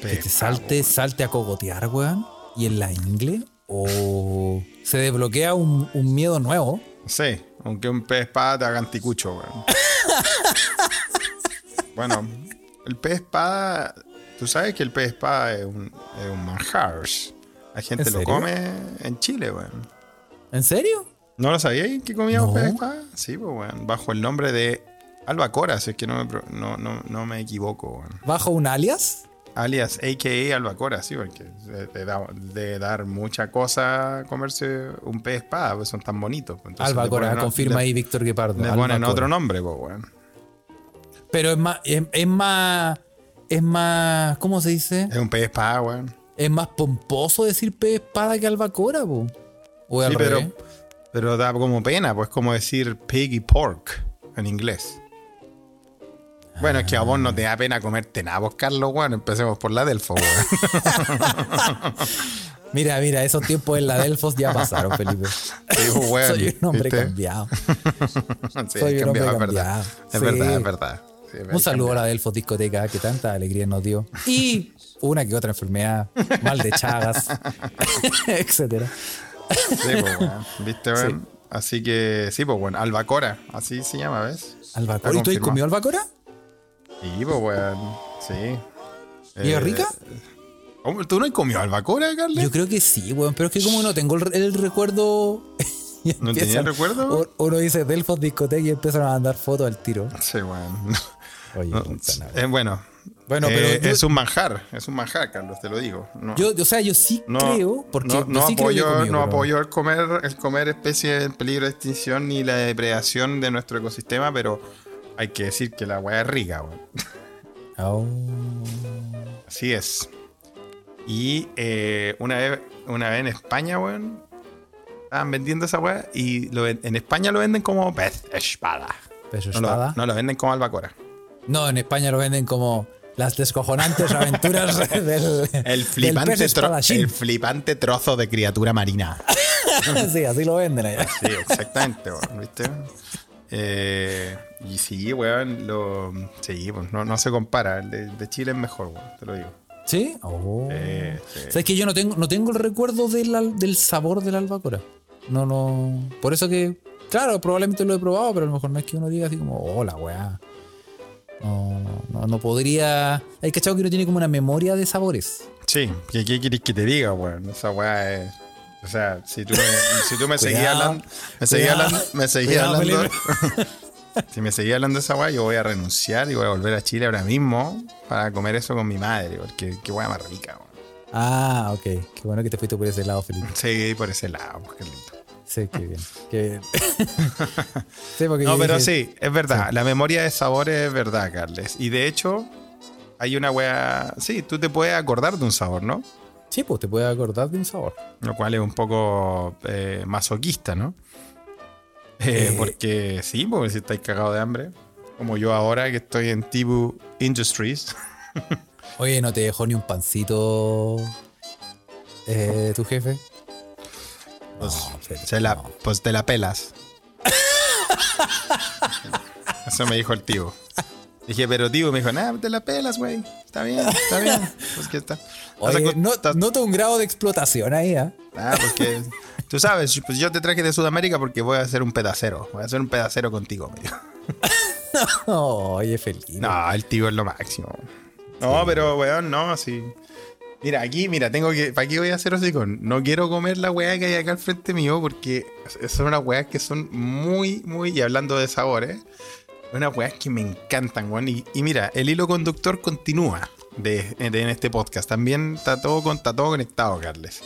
Que te
Pe-
salte, salte a cogotear, weón. Y en la ingle. O se desbloquea un, un miedo nuevo.
Sí, aunque un pez espada te haga anticucho,
[LAUGHS]
weón. bueno, el pez espada. Tú sabes que el pez espada es un, es un manjar. La gente
¿En
lo
serio?
come en Chile, weón.
¿En serio?
¿No lo sabíais que comíamos
No.
pez espada? Sí, pues, weón. Bajo el nombre de Albacora, si es que no me, pro- no, no, no me equivoco, weón.
¿Bajo un alias?
Alias AKA Albacora, sí, porque de, de da- de dar mucha cosa comerse un pez espada, pues son tan bonitos. pues, entonces le
Alba Cora,
ponen o-
confirma
le-
ahí Víctor Guepardo.
Le
Alba
ponen
Cora.
otro nombre, pues, weón.
Pero es más, es, es más. Es más. ¿Cómo se dice?
Es un pez espada, weón.
Es más pomposo decir pez espada que albacora, po. O al
Sí, pero,
revés.
pero da como pena, pues como decir pig y pork en inglés. Bueno, es que a vos no te da pena comerte nada, vos, Carlos, weón. Empecemos por la Delfo, weón.
Mira, mira, esos tiempos en la Delfos ya pasaron, Felipe.
[LAUGHS] Sí, pues, weón,
[LAUGHS] Soy un hombre
¿viste?
cambiado.
Sí,
Soy
has
un hombre
cambiado, es verdad.
cambiado.
Es
Sí.
verdad, es verdad. Sí,
Un
has
saludo a
cambiado.
la Delfos Discoteca que tanta alegría nos dio. Y una que otra enfermedad, mal de Chagas, [LAUGHS] etcétera.
Sí, pues, weón. [LAUGHS] ¿Viste, weón? Así que, sí, pues, weón. Albacora, así se llama, ¿ves?
¿Albacora?
Está
¿Y tú has
confirmado.
comido albacora?
Sí, pues, weón. Sí.
¿Y
Eh,
es rica?
hombre, ¿Tú no has comido albacora, Carlos?
Yo creo que sí, weón, pero es que como no tengo el, el recuerdo. [LAUGHS] y
¿No
empiezan-
tenía el recuerdo?
u- Uno dice Delfos Discoteca y empiezan a mandar fotos al tiro.
[LAUGHS] Sí, weón.
Oye,
No,
puta la
eh, bueno,
Bueno,
eh,
pero yo-
es un manjar, es un manjar, Carlos, te lo digo. No,
Yo, o sea, yo sí
no-
creo, porque
no,
yo
no
sí creo que he
apoyo,
comido,
no
pero-
apoyo el comer, el comer especies en peligro de extinción ni la depredación de nuestro ecosistema, pero hay que decir que la weá es rica, weón.
Oh.
Así es. Y eh, una, vez, una vez en España, weón, estaban vendiendo esa weá y lo ven- en España lo venden como pez espada.
Pero
No lo,
espada. No,
no lo venden como albacora.
en España lo venden como las descojonantes aventuras [LAUGHS] del.
El
del
flipante,
pez
tro-
espadachín. [LAUGHS]
el flipante trozo de criatura marina.
sí, así lo venden allá.
Sí, exactamente, weón, ¿viste? Eh, y sí, weón, lo, sí, pues, no, no se compara. El de, de Chile es mejor, weón, te lo digo.
¿Sí? Oh.
Eh, sí.
¿Sabes que yo no tengo, no tengo el recuerdo del, al- del sabor de la albacora? No, no. Por eso que, claro, probablemente lo he probado, pero a lo mejor no es que uno diga así como, hola, weá. No, no, no podría. Hay cachado que uno tiene como una memoria de sabores.
Sí, ¿qué, qué quieres que te diga, weón? Esa weá es. O sea, si tú me, si tú me seguías
Cuidado,
hablando. Me seguías
cuidado,
hablando. Me seguías
cuidado,
hablando [LAUGHS] si me seguías hablando de esa weá, yo voy a renunciar y voy a volver a Chile ahora mismo para comer eso con mi madre, porque qué weá más rica, weón.
Ah, ok. Qué bueno que te fuiste por ese lado, Felipe.
Sí, por ese lado, pues, Carlito.
Sí, qué bien. Qué bien. [LAUGHS] Sí, porque
No,
yo
pero
dije,
sí, es verdad. La memoria de sabores es verdad, Carles. Y de hecho, hay una wea. Sí, tú te puedes acordar de un sabor, ¿no?
Sí, pues te puedes acordar de un sabor.
Lo cual es un poco eh, masoquista, ¿no? Eh,
Eh.
Porque sí, porque si estáis cagados de hambre. Como yo ahora que estoy en Tibu Industries.
Oye, ¿no te dejó ni un pancito eh, tu jefe?
Pues,
No,
[LAUGHS]
Felipe,
se la,
no.
pues te la pelas. [LAUGHS] Eso me dijo el tío. Dije, pero tío, me dijo, nada, te la pelas, güey. Está bien, está [LAUGHS] bien. Pues que está.
Oye,
Estás acu-
no,
estás-
noto un grado de explotación ahí, ¿ah? [LAUGHS]
Ah, porque tú sabes, pues yo te traje de Sudamérica porque voy a hacer un pedacero. Voy a hacer un pedacero contigo, me dijo.
oye, Felipe.
No, el tío es lo máximo. No, pero weón, no, sí. Mira, aquí, mira, tengo que. ¿Para qué voy a hacer así con? No quiero comer la weá que hay acá al frente mío porque son unas weas que son muy, muy. Y hablando de sabores, unas weas que me encantan, weón. Y, y mira, el hilo conductor continúa de, de- en este podcast. También está todo, con, está todo conectado, Carles.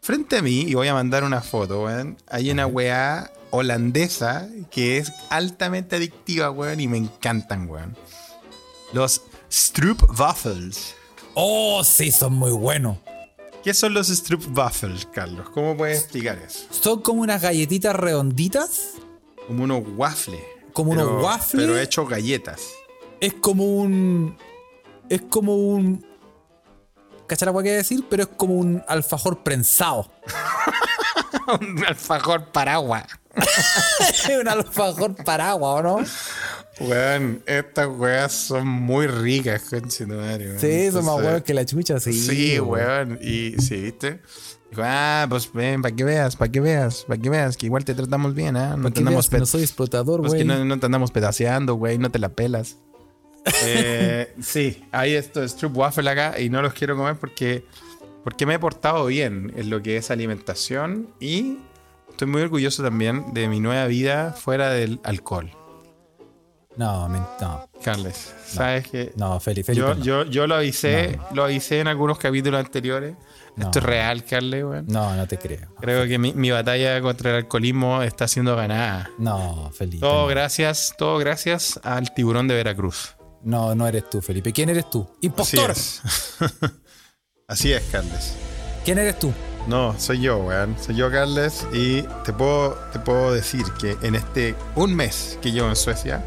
Frente a mí, y voy a mandar una foto, weón, hay una weá holandesa que es altamente adictiva, weón, y me encantan, weón. Los Stroopwafels.
Oh, sí, son muy buenos.
¿Qué son los strip waffles, Carlos? ¿Cómo puedes explicar eso?
Son como unas galletitas redonditas.
Como unos waffles.
Como unos waffles.
Pero hechos
[LAUGHS]
galletas.
Es como un. Es como un. ¿Cachar agua que decir? Pero es como un alfajor prensado. [LAUGHS]
un alfajor paraguas.
es un alfajor paraguas, ¿o no?
Weón, estas weas son muy ricas, conchetumare.
Sí, son más buenos que la chucha, sí.
Sí, weón. Y sí, ¿viste? Dijo, ah, pues ven, para que veas, para que veas, para que veas, que igual te tratamos bien, ¿ah? No
Pa'
te
que
andamos
veas que
pe-
no soy explotador,
pues
güey.
que no, no te andamos pedaceando, güey, no te la pelas. [LAUGHS] Eh, sí, hay estos strip waffle acá y no los quiero comer porque, porque me he portado bien en lo que es alimentación y estoy muy orgulloso también de mi nueva vida fuera del alcohol.
No, men- no,
Carles, sabes que
no, Felipe.
yo,
no.
yo, yo lo avisé, lo avisé en algunos capítulos anteriores. Esto es real, Carles, weón.
no, no te creo.
Creo que mi, mi batalla contra el alcoholismo está siendo ganada.
No, Felipe.
Todo gracias, todo gracias al tiburón de Veracruz.
No, no eres tú, Felipe. ¿Quién eres tú?
Así
¡Impostor!
es. [LAUGHS] Así es, Carles.
¿Quién eres tú?
No, soy yo, weón. Soy yo, Carles. Y te puedo, te puedo decir que en este un mes que llevo en Suecia,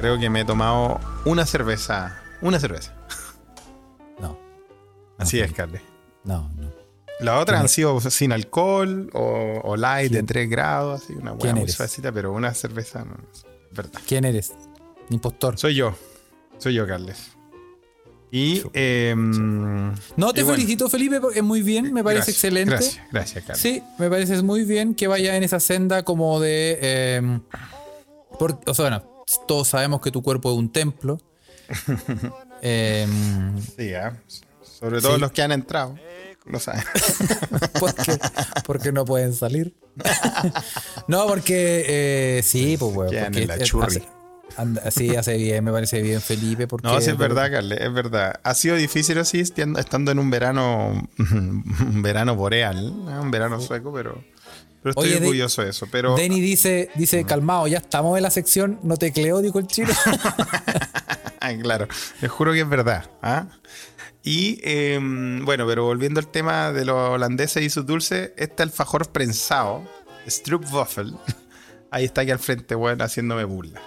creo que me he tomado una cerveza. Una cerveza.
No,
Así es, Carles.
no, no.
Las otras han sido sin alcohol o, o light de 3 grados, así una weá
¿Quién
muy
eres?
suavecita, pero una cerveza no. es Verdad.
¿Quién eres? Impostor.
Soy yo. Soy yo, Carles. Y.
Chuta.
em,
No, te
y bueno,
felicito, Felipe, porque es muy bien, me parece
gracias,
excelente.
Gracias, gracias, Carles.
Sí, me parece muy bien que vaya en esa senda como de... eh, por- o sea, bueno, todos sabemos que tu cuerpo es un templo.
[LAUGHS]
Eh,
Sí, ¿eh? sobre todo
Sí.
los que han entrado. Lo saben.
porque, porque no pueden salir. [LAUGHS] no, porque... eh, sí, pues, weón.
Quedan
porque
en la
hace-
churri.
anda- sí, hace bien, me parece bien, Felipe.
[LAUGHS] [LAUGHS]
Porque,
No, sí es verdad, Carles, es verdad. Ha sido difícil así, estiando- estando en un verano, [LAUGHS] un verano boreal, ¿eh? un verano sueco, pero, pero estoy
Oye, de-
orgulloso de eso. Pero [LAUGHS]
Denny dice, dice, calmado, ya estamos en la sección, no tecleo, dijo el
[LAUGHS]
chino.
Ah, claro, les juro que es verdad. ¿ah? Y em, bueno, pero volviendo al tema de los holandeses y sus dulces, este alfajor prensado, Stroopwafel, [LAUGHS] ahí está aquí al frente, weón, haciéndome burla.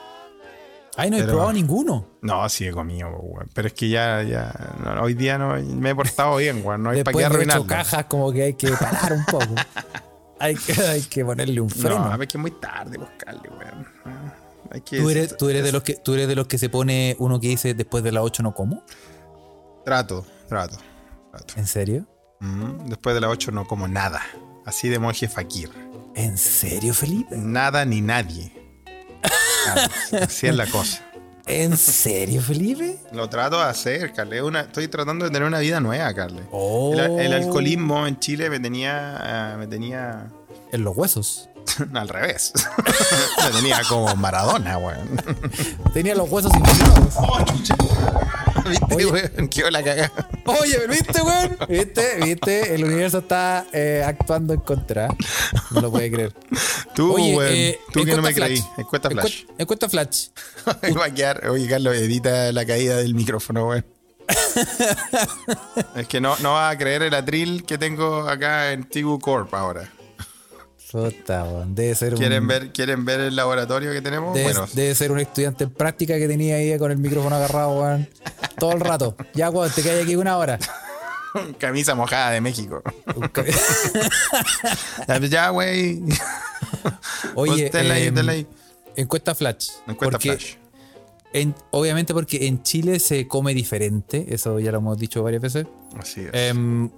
Ay, no he
Pero-
probado ninguno.
No, sí he comido, weón. Pero es que ya, ya, no, hoy día no, me he
[LAUGHS]
portado bien, weón. No hay para qué
Después de ocho
arruinarlo.
cajas, como que hay que parar
[LAUGHS]
un poco. hay, que, hay que ponerle un freno.
No, es que es muy tarde buscarle, weón. Ah, Hay que
¿Tú, eres, tú, eres de los que, tú eres de los que se pone uno que dice después de las 8 no como.
Trato, trato, trato.
¿En serio?
Mm, Después de las 8 no como nada. Así de monje fakir.
¿En serio, Felipe?
Nada ni nadie. Carlos, Así es la cosa.
¿En serio, Felipe?
Lo trato de hacer, Carle. Una, estoy tratando de tener una vida nueva, Carle.
Oh.
El, el alcoholismo en Chile me tenía. ah, me tenía. [LAUGHS]
En los huesos.
al revés. [LAUGHS] me tenía como Maradona, weón.
Tenía los huesos inflados.
Oh,
[LAUGHS]
¿Viste,
Oye.
weón? [LAUGHS] Quedó la cagada.
Oye, ¿viste, weón? ¿Viste? ¿Viste? El universo está eh, actuando en contra. No lo puede creer.
Tú,
Oye,
weón.
eh,
tú que no me
encuesta
creí.
flash.
Encuesta
Encu-
flash.
Encuesta flash.
[LAUGHS] Va a quedar. Oye, Carlos, edita la caída del micrófono, weón. es que no, no vas a creer el atril que tengo acá en Tigu Corp ahora.
Puta, weón. Debe ser un.
¿Quieren ver, ¿Quieren ver el laboratorio que tenemos?
Debe,
bueno,
debe ser un estudiante en práctica que tenía ahí con el micrófono agarrado, weón. Todo el rato. Ya, weón, te quedas aquí
[LAUGHS]
una hora.
[LAUGHS] camisa mojada de México. Ya, pues, [LAUGHS] ya, güey.
Oye,
Pues, tenla ahí,
em,
tenla ahí.
encuesta flash.
Encuesta
Porque
flash.
en- obviamente porque en Chile se come diferente, eso ya lo hemos dicho varias veces.
Así es.
Em,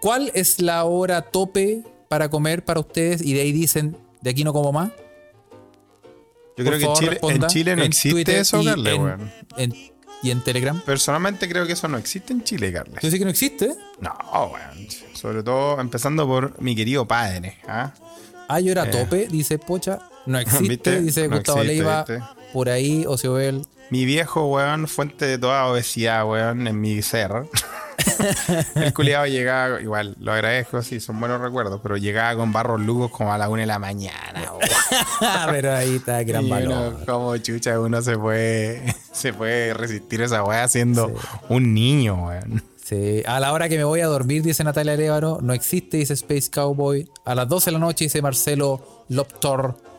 ¿Cuál es la hora tope para comer para ustedes? Y de ahí dicen, de aquí no como más.
Yo
Por
creo que en
favor,
Chile, en
responda
Chile no
en
existe
Twitter
eso,
y
Carles,
en-
weón.
en- y en Telegram.
Personalmente creo que eso no existe en Chile, Carles.
Yo sé que no existe.
No, weón. Sobre todo empezando por mi querido padre. ¿ah?
Ah, yo era tope, dice Pocha.
[LAUGHS]
No existe,
¿Viste?
dice
No
Gustavo
existe,
Leiva.
¿viste?
Por ahí,
[LAUGHS]
Ociobel.
Mi viejo, weón, fuente de toda obesidad, weón, en mi ser. [LAUGHS] el culiado llegaba, igual, lo agradezco, sí, son buenos recuerdos, pero llegaba con barros lugos como a la una de la mañana, weón.
Ah, pero ahí está, [LAUGHS] gran
Y
valor.
uno, como [LAUGHS] chucha, uno se puede, se puede resistir esa weá siendo un niño, weón.
Sí, a la hora que me voy a dormir, dice Natalia Arevaro, no existe, dice Space Cowboy. A las 12 de la noche, dice Marcelo Loptor.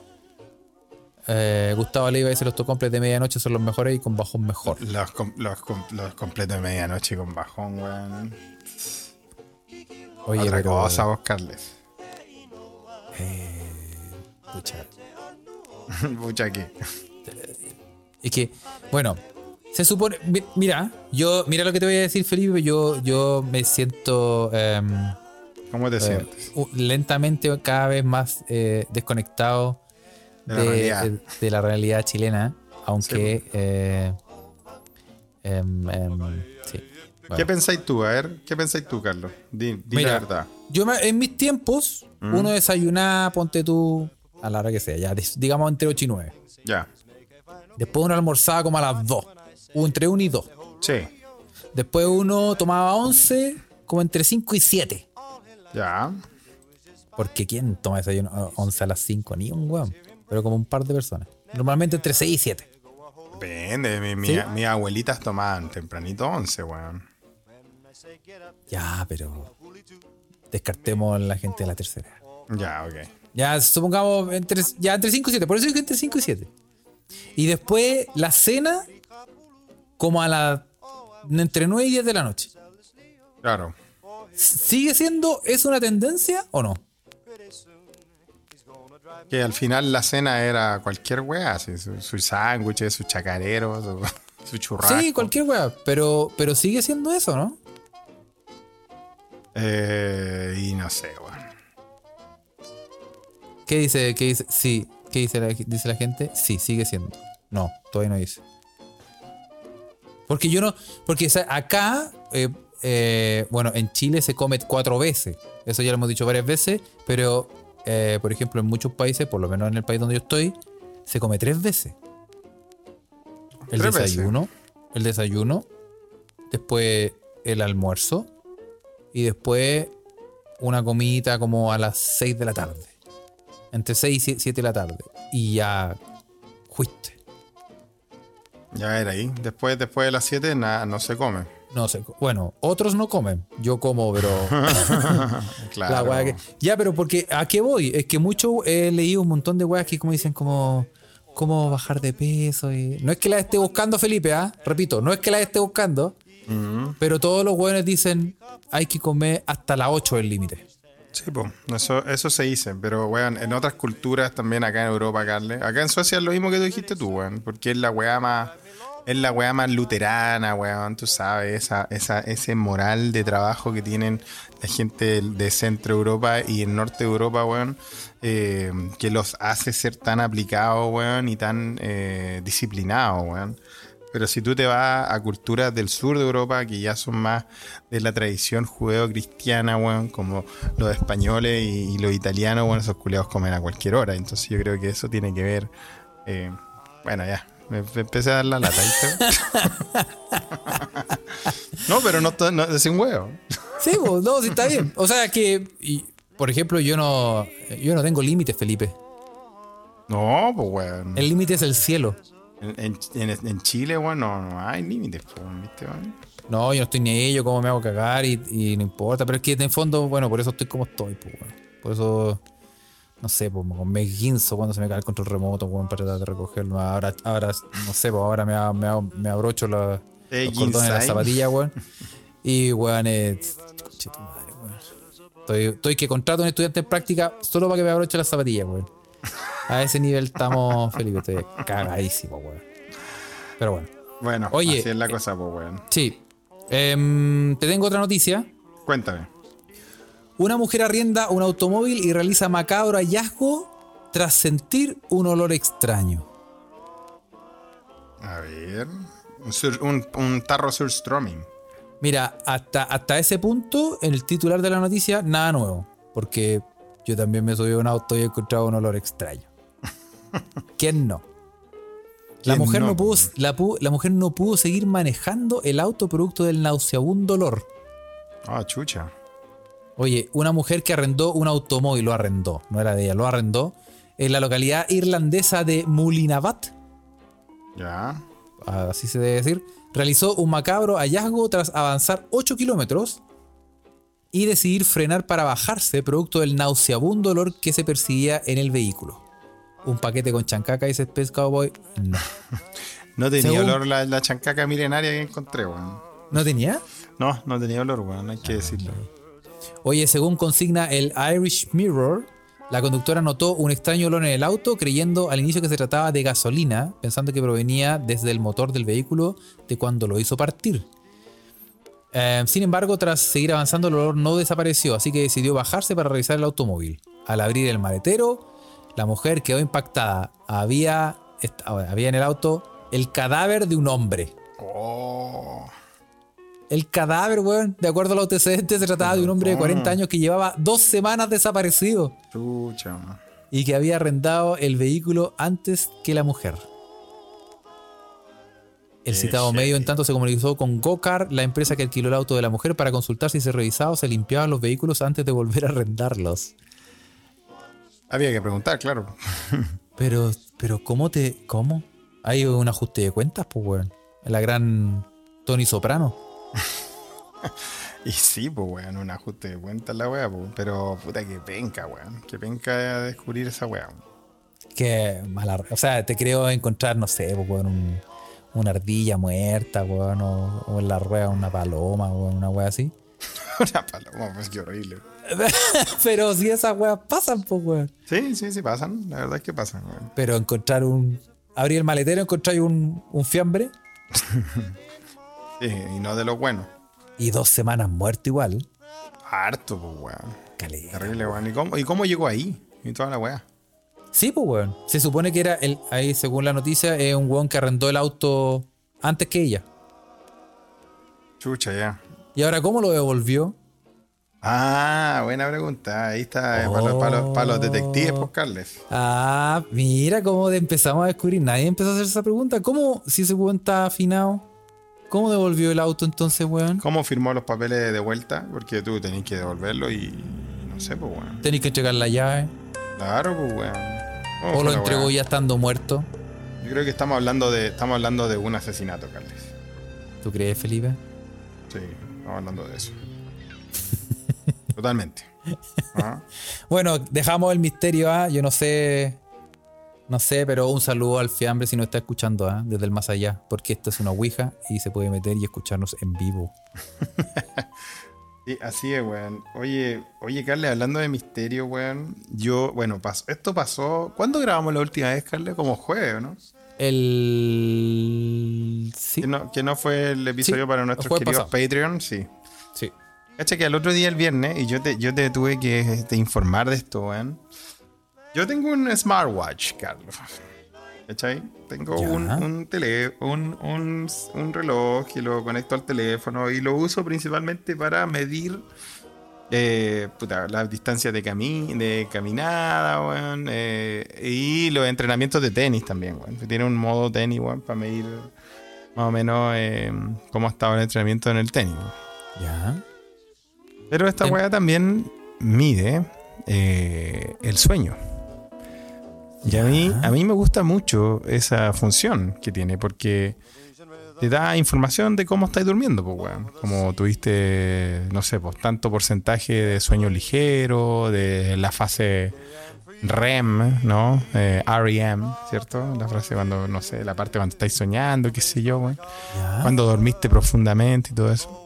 Eh, Gustavo Leiva dice: Los tocomples de medianoche son los mejores y con bajón mejor.
Los, com- los, com- los completos de medianoche con bajón, weón.
Oye,
Otra
pero,
cosa, vos, Carles.
eh, pucha.
[LAUGHS] Pucha aquí.
Es que, bueno, se supone. mi- Mira, yo, mira lo que te voy a decir, Felipe. Yo, yo me siento em,
¿Cómo te
eh,
sientes?
u- lentamente cada vez más eh, desconectado
De la realidad.
de la realidad chilena. Aunque. eh, em, em, sí.
¿Qué
Bueno.
pensáis tú? A ver, ¿qué pensáis tú, Carlos? Di, di
Mira,
la verdad.
Yo me- en mis tiempos,
Mm.
uno desayunaba, ponte tú, a la hora que sea, ya, des- digamos entre 8 y 9.
Ya.
Después uno almorzaba como a las 2, o entre 1 y 2.
Sí.
Después uno tomaba 11, como entre 5 y 7.
Ya.
Porque ¿quién toma desayuno a 11 a las 5? Ni un weón. Pero como un par de personas. Normalmente entre 6 y 7.
Depende. Mi, mi-
¿Sí?
Mis abuelitas tomaban tempranito 11, weón.
Ya, pero. Descartemos a la gente de la tercera. edad.
Ya, ok.
Ya, supongamos, entre, ya entre 5 y 7. Por eso dije entre 5 y 7. Y después la cena, como a las. entre 9 y 10 de la noche.
Claro.
¿Sigue siendo eso una tendencia o no?
Que al final la cena era cualquier wea, así, su, su sándwich, su chacarero, su, su [LAUGHS] churrasco.
Sí, cualquier weá. Pero, pero sigue siendo eso, ¿no?
Eh, y no sé, weón.
¿Qué dice? ¿Qué dice? Sí. ¿Qué dice la, dice la gente? Sí, sigue siendo. No, todavía no dice. Porque yo no. Porque o sea, acá, eh, eh, bueno, en Chile se come cuatro veces. Eso ya lo hemos dicho varias veces. Pero, eh, por ejemplo, en muchos países, por lo menos en el país donde yo estoy, se come tres veces. El
Tres veces.
desayuno. El desayuno. Después el almuerzo. Y después una comidita como a las 6 de la tarde. Entre 6 y 7 de la tarde. Y ya fuiste.
Ya era ahí. Después, después de las 7 nada, no se come.
No sé. Bueno, otros no comen. Yo como, pero.
Claro.
la weá que- Ya, pero porque ¿a qué voy? Es que mucho he leído un montón de weas que como dicen como. Cómo bajar de peso y. No es que la esté buscando, Felipe, ¿ah? Repito, no es que la esté buscando.
Ujú.
Pero todos los weones dicen hay que comer hasta las 8 el límite.
Sí, po. Eso, eso se dice. Pero, weón, en otras culturas también acá en Europa, Carles. Acá en Suecia es lo mismo que tú dijiste tú, weón. Porque es la weá más. Es la weá más luterana, weón. Tú sabes, esa, esa, ese moral de trabajo que tienen la gente de Centro Europa y el Norte de Europa, weón. eh, que los hace ser tan aplicados, weón, y tan eh, disciplinados, weón. Pero si tú te vas a culturas del sur de Europa, que ya son más de la tradición judeo-cristiana, weón, como los españoles y, y los italianos, bueno, esos culeados comen a cualquier hora. Entonces yo creo que eso tiene que ver. eh, bueno, ya. Me, me empecé a dar la lata, ¿viste? [LAUGHS] no, pero no, to- no es un huevo.
Sí, pues, no, sí está bien. O sea que, y, por ejemplo, yo no, yo no tengo límites, Felipe.
No, pues weón.
El límite es el cielo.
En, en- en- en Chile, weón, no, no hay límites, pues, weón, ¿viste, weón?
No, yo no estoy ni ahí, yo cómo me hago cagar y, y no importa. Pero es que en el fondo, bueno, por eso estoy como estoy, pues, weón. Por eso, no sé, pues, con me guinzo cuando se me cae el control remoto, weón, para tratar de recogerlo. Ahora, ahora no sé, pues, ahora me, a- me, a- me abrocho la,
Te
los cordones de la
guinzáis. [LAUGHS]
zapatilla, weón. Y, weón, es... Conche tu madre, weón. Estoy, estoy que contrato a un estudiante en práctica solo para que me abroche las zapatillas, weón. A ese nivel estamos, Felipe, estoy cagadísimo, weón. Pero bueno.
Bueno,
Oye, eh,
así es la cosa, pues weón.
Sí. Em, te tengo otra noticia.
Cuéntame.
Una mujer arrienda un automóvil y realiza macabro hallazgo tras sentir un olor extraño.
A ver. Un, sur- un, un tarro surstroming.
Mira, hasta, hasta ese punto, en el titular de la noticia, nada nuevo. Porque yo también me subí a un auto y he encontrado un
[LAUGHS]
olor extraño. ¿Quién no? La
¿Quién
mujer
no,
no, pudo,
pues?
la, pu- la mujer no pudo seguir manejando el auto producto del nauseabundo olor.
Ah, chucha.
Oye, una mujer que arrendó un automóvil, lo arrendó, no era de ella, lo arrendó, en la localidad irlandesa de Mulinabat,
Ya.
así se debe decir, realizó un macabro hallazgo tras avanzar 8 kilómetros y decidir frenar para bajarse producto del nauseabundo olor que se percibía en el vehículo. Un paquete con chancaca, dice Space Cowboy. No.
No tenía
Según-
olor la, la chancaca milenaria que encontré, weón. Ah.
¿No tenía?
No, no tenía olor, weón, hay que decirlo.
Oye, según consigna el Irish Mirror, la conductora notó un extraño olor en el auto, creyendo al inicio que se trataba de gasolina, pensando que provenía desde el motor del vehículo de cuando lo hizo partir. Eh, sin embargo, tras seguir avanzando, el olor no desapareció, así que decidió bajarse para revisar el automóvil. Al abrir el maletero, la mujer quedó impactada. Había, est- había en el auto el cadáver de un hombre.
Oh,
El cadáver, weón, de acuerdo a los antecedentes, este se trataba de un hombre de 40 años que llevaba dos semanas desaparecido
chucha, weón.
y que había arrendado el vehículo antes que la mujer. El
Qué
citado
heavy.
medio, en tanto, se comunicó con Gokar, la empresa que alquiló el auto de la mujer, para consultar si se revisaba o se limpiaban los vehículos antes de volver a arrendarlos.
Había que preguntar, claro. [LAUGHS]
Pero, pero, ¿cómo te. ¿Cómo? Hay un ajuste de cuentas, pues, weón. La gran Tony Soprano.
Y sí, pues, weón, un ajuste de cuenta la weá, pues. Pero, puta, que penca, weón. Que penca descubrir esa weá. weón. [LAUGHS]
Que mala. O sea, te creo encontrar, no sé, pues, weón, un- una ardilla muerta, weón, o, o en la rueda una paloma, weón, una wea así. [COUGHS]
Una paloma, pues, qué horrible.
Pero si esas weas pasan, pues, weón.
Sí, sí, sí, pasan. La verdad es que pasan, weón.
Pero encontrar un. Abrir el maletero, encontrar un, un fiambre
Sí, Eh, y no de lo bueno.
y dos semanas muerto igual.
Harto, pues, weón.
Caleta.
Terrible, weón. ¿Y cómo, ¿Y cómo llegó ahí? Y toda la weá.
Sí, pues, weón. Se supone que era el. Ahí, según la noticia, es un weón que arrendó el auto antes que ella.
Chucha, ya.
¿Y ahora cómo lo devolvió?
Ah, buena pregunta. Ahí está, eh, para, los, para los- para los detectives, pues, Carles.
Ah, mira cómo de- empezamos a descubrir. Nadie empezó a hacer esa pregunta. ¿Cómo, si ese weón está afinado, cómo devolvió el auto entonces, weón?
¿Cómo firmó los papeles de vuelta? Porque tú tenés que devolverlo y no sé, pues, weón.
Tenéis que entregar la llave.
Claro, pues, weón. ¿Cómo
O
fue
lo
la
entregó
weá?
ya estando muerto.
Yo creo que estamos hablando de estamos hablando de un asesinato, Carles.
¿Tú crees, Felipe?
Sí, estamos hablando
[LAUGHS]
de eso. Totalmente. ¿Ah? Ajá.
Bueno, dejamos el misterio ¿ah? yo no sé. No sé, pero un saludo al fiambre si no está escuchando ¿ah? desde el más allá, porque esto es una ouija y se puede meter y escucharnos en vivo.
Sí, así es, weón. Oye, oye, Carles, hablando de misterio, weón. Yo, bueno, pas- esto pasó. ¿Cuándo grabamos la última vez, Carles? Como jueves, ¿no?
El. Sí.
Que no, que no fue el episodio
Sí,
para
el
nuestros
jueves
queridos
pasado.
Patreon, sí.
sí.
Cacha que al otro día, el viernes, y yo te, yo te tuve que este, informar de esto, weón. Yo tengo un smartwatch, Carlos. ¿Cachai? Tengo
Ya.
un, un, tele, un, un, un reloj que lo conecto al teléfono y lo uso principalmente para medir eh, puta, las distancias de, cami de caminada, weón. eh, y los entrenamientos de tenis también, weón. Tiene un modo tenis, weón, para medir más o menos eh, cómo ha estado el entrenamiento en el tenis, weón.
Ya.
Pero esta
Tem-
weá también mide eh, el sueño. Y a mí,
Ya.
a mí me gusta mucho esa función que tiene porque te da información de cómo estáis durmiendo, pues weón. Como tuviste, no sé, pues tanto porcentaje de sueño ligero, de la fase REM, ¿no? Eh, REM, ¿cierto? La frase cuando, no sé, la parte cuando estáis soñando, qué sé yo, weón
Ya.
cuando dormiste profundamente y todo eso.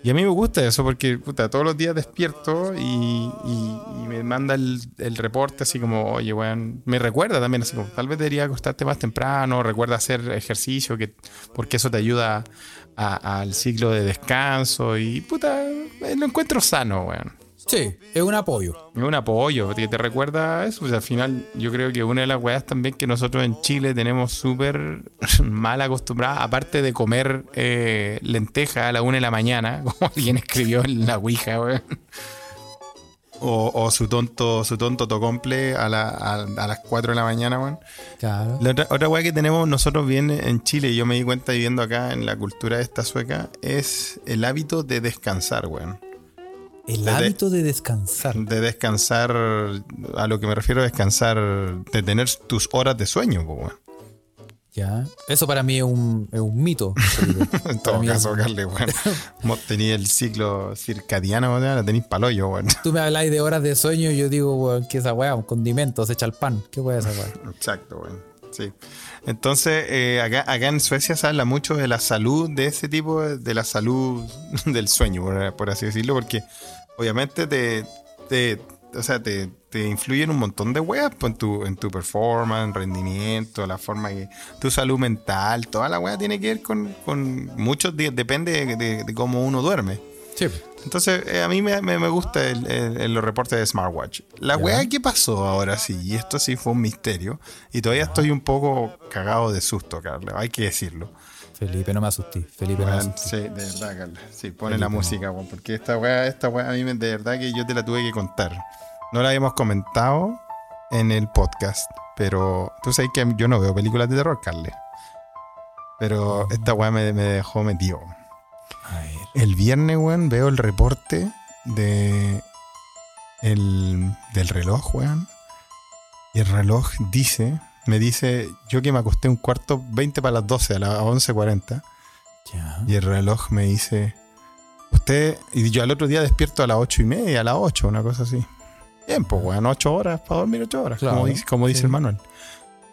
Y a mí me gusta eso porque puta, todos los días despierto y, y- y me manda el, el reporte así como, oye, weón, me recuerda también así como, tal vez debería acostarte más temprano, recuerda hacer ejercicio, que, porque eso te ayuda a- al ciclo de descanso y puta, eh, lo encuentro sano, weón.
Sí, es un apoyo.
Es un apoyo, que te recuerda a eso. Pues al final, yo creo que una de las weas también que nosotros en Chile tenemos súper [LAUGHS] mal acostumbrada, aparte de comer eh, lenteja a la una de la mañana, [LAUGHS] como alguien escribió en la Ouija, weón. O, o su tonto, su tonto tocomple a, la- a, a las 4 de la mañana, weón.
Claro.
La otra, otra weá que tenemos nosotros bien en Chile, y yo me di cuenta viviendo acá en la cultura esta sueca, es el hábito de descansar, weón.
El
Desde-
hábito de descansar.
De descansar, a lo que me refiero, descansar, de tener tus horas de sueño, po, weón.
Ya. Eso para mí es un, es un mito.
[LAUGHS] En
Para
todo
mí es-
caso, Carly, weón. Vos tenés el ciclo circadiano, weón. La tenés paloyo, weón.
Tú me habláis de horas de sueño y yo digo, weón, que esa weá, un condimento, se echa el pan. ¿Qué weá es esa weá?
Exacto, weón. Sí. Entonces, eh, acá, acá en Suecia se habla mucho de la salud de ese tipo, de la salud [LAUGHS] del sueño, por, por así decirlo, porque obviamente te, te- o sea, te, te influyen un montón de weas pues, en, tu, en tu performance, rendimiento, la forma que. tu salud mental, toda la wea tiene que ver con, con muchos, días, depende de- de- de cómo uno duerme.
Sí.
Entonces, eh, a mí me, me- me gusta el- el- el- los reportes de Smartwatch. La
Ya.
weá que pasó ahora sí, y esto sí fue un misterio, y todavía estoy un poco cagado de susto, Carla, hay que decirlo.
Felipe, no me asusté. Felipe, no me
Weón,
asusté.
sí, de verdad, Carla. Sí, pone la música, weón, porque esta weá, esta weá, a mí me- de verdad que yo te la tuve que contar. No la habíamos comentado en el podcast, pero tú sabes que yo no veo películas de terror, Carla. Pero esta weá me, me dejó metido.
A ver.
El viernes, weón, veo el reporte de el, del reloj, weón. Y el reloj dice, me dice, yo que me acosté un cuarto 20 para las 12, a las 11.40.
Ya.
Y el reloj me dice, usted, y yo al otro día despierto a las 8 y media, a las 8, una cosa así. Bien, pues, weón, 8 horas, para dormir 8 horas,
Claro,
como dice, como dice
sí.
el manual.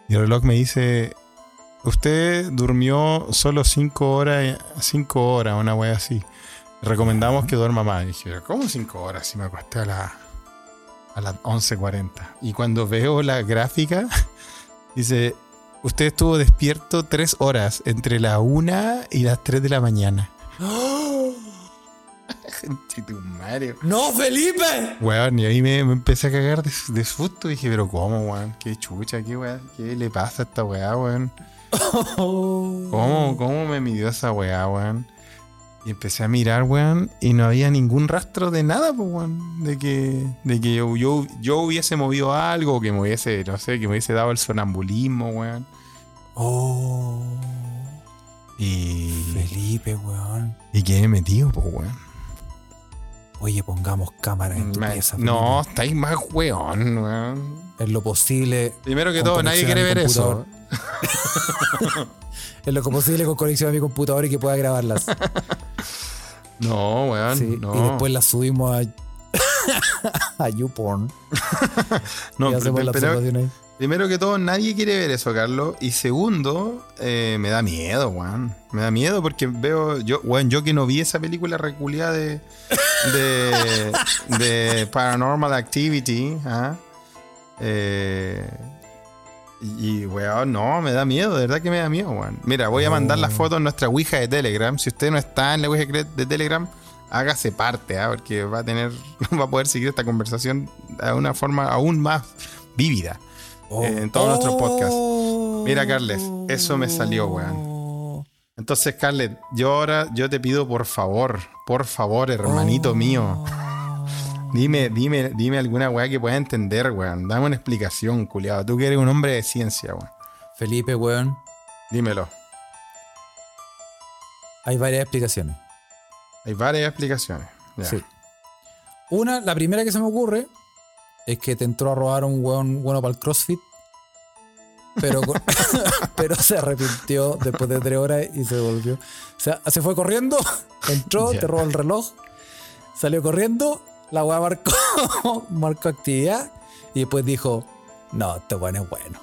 Y el reloj me dice, usted durmió solo 5 horas, 5 horas, una wea así. Recomendamos que duerma más. Y dije, ¿cómo 5 horas? Si me acosté a las a las 11.40. Y cuando veo la gráfica, [LAUGHS] dice, usted estuvo despierto 3 horas, entre la 1 y las 3 de la mañana.
¡Oh!
[LAUGHS] tu Mario.
¡No, Felipe!
Weón, y ahí me, me empecé a cagar de, de susto. Dije, pero ¿cómo, weón? ¿Qué chucha? ¿Qué, weá? ¿Qué le pasa a esta weá, weón? ¿Cómo, ¿Cómo me midió esa weá, weón? Y empecé a mirar, weón, y no había ningún rastro de nada, pues, weón. De que, de que yo, yo, yo hubiese movido algo, que me hubiese, no sé, que me hubiese dado el sonambulismo, weón.
Oh.
Y,
Felipe, weón.
y quedé metido, pues, weón.
Oye, pongamos cámara en tu
Ma-
pieza.
No,
Felipe.
estáis más weón, weón.
En lo posible.
Primero que
Con
todo, nadie
conexión
quiere
a mi
ver eso.
computador. En lo posible con conexión a mi computador y que pueda grabarlas.
No, weón.
Sí,
no.
Y después las subimos a. a [LAUGHS] YouPorn.
No,
y hacemos
pri-
la
primero-
observación ahí.
Primero que todo, nadie quiere ver eso, Carlos. Y segundo, eh, me da miedo, weón. Me da miedo porque veo. Yo, weón, yo que no vi esa película reculeada de. de. de Paranormal Activity, ¿ah? Eh, y, y, weón, no, me da miedo, de verdad que me da miedo, weón. Mira, voy a mandar las fotos en nuestra Ouija de Telegram. Si usted no está en la Ouija cre- de Telegram, hágase parte, ¿ah? porque va a tener. [LAUGHS] va a poder seguir esta conversación de una forma aún más vívida. eh, en todos
Oh.
nuestros podcasts. Mira, Carles, eso me salió,
weón.
Entonces, Scarlett, yo ahora yo te pido por favor, por favor, hermanito
Oh.
mío, dime, dime, dime alguna weá que pueda entender, weón. Dame una explicación, culiado. Tú que eres un hombre de ciencia, weón.
Felipe, weón.
Dímelo.
Hay varias explicaciones.
Hay varias explicaciones. Ya.
Sí. Una, la primera que se me ocurre es que te entró a robar un weón bueno para el CrossFit. Pero, co- [LAUGHS] pero se arrepintió después de tres horas y se volvió. O sea, se fue corriendo, [LAUGHS] entró,
Ya.
te robó el reloj, salió corriendo, la weá marcó, marcó [LAUGHS] actividad y después dijo: No, este weón es bueno.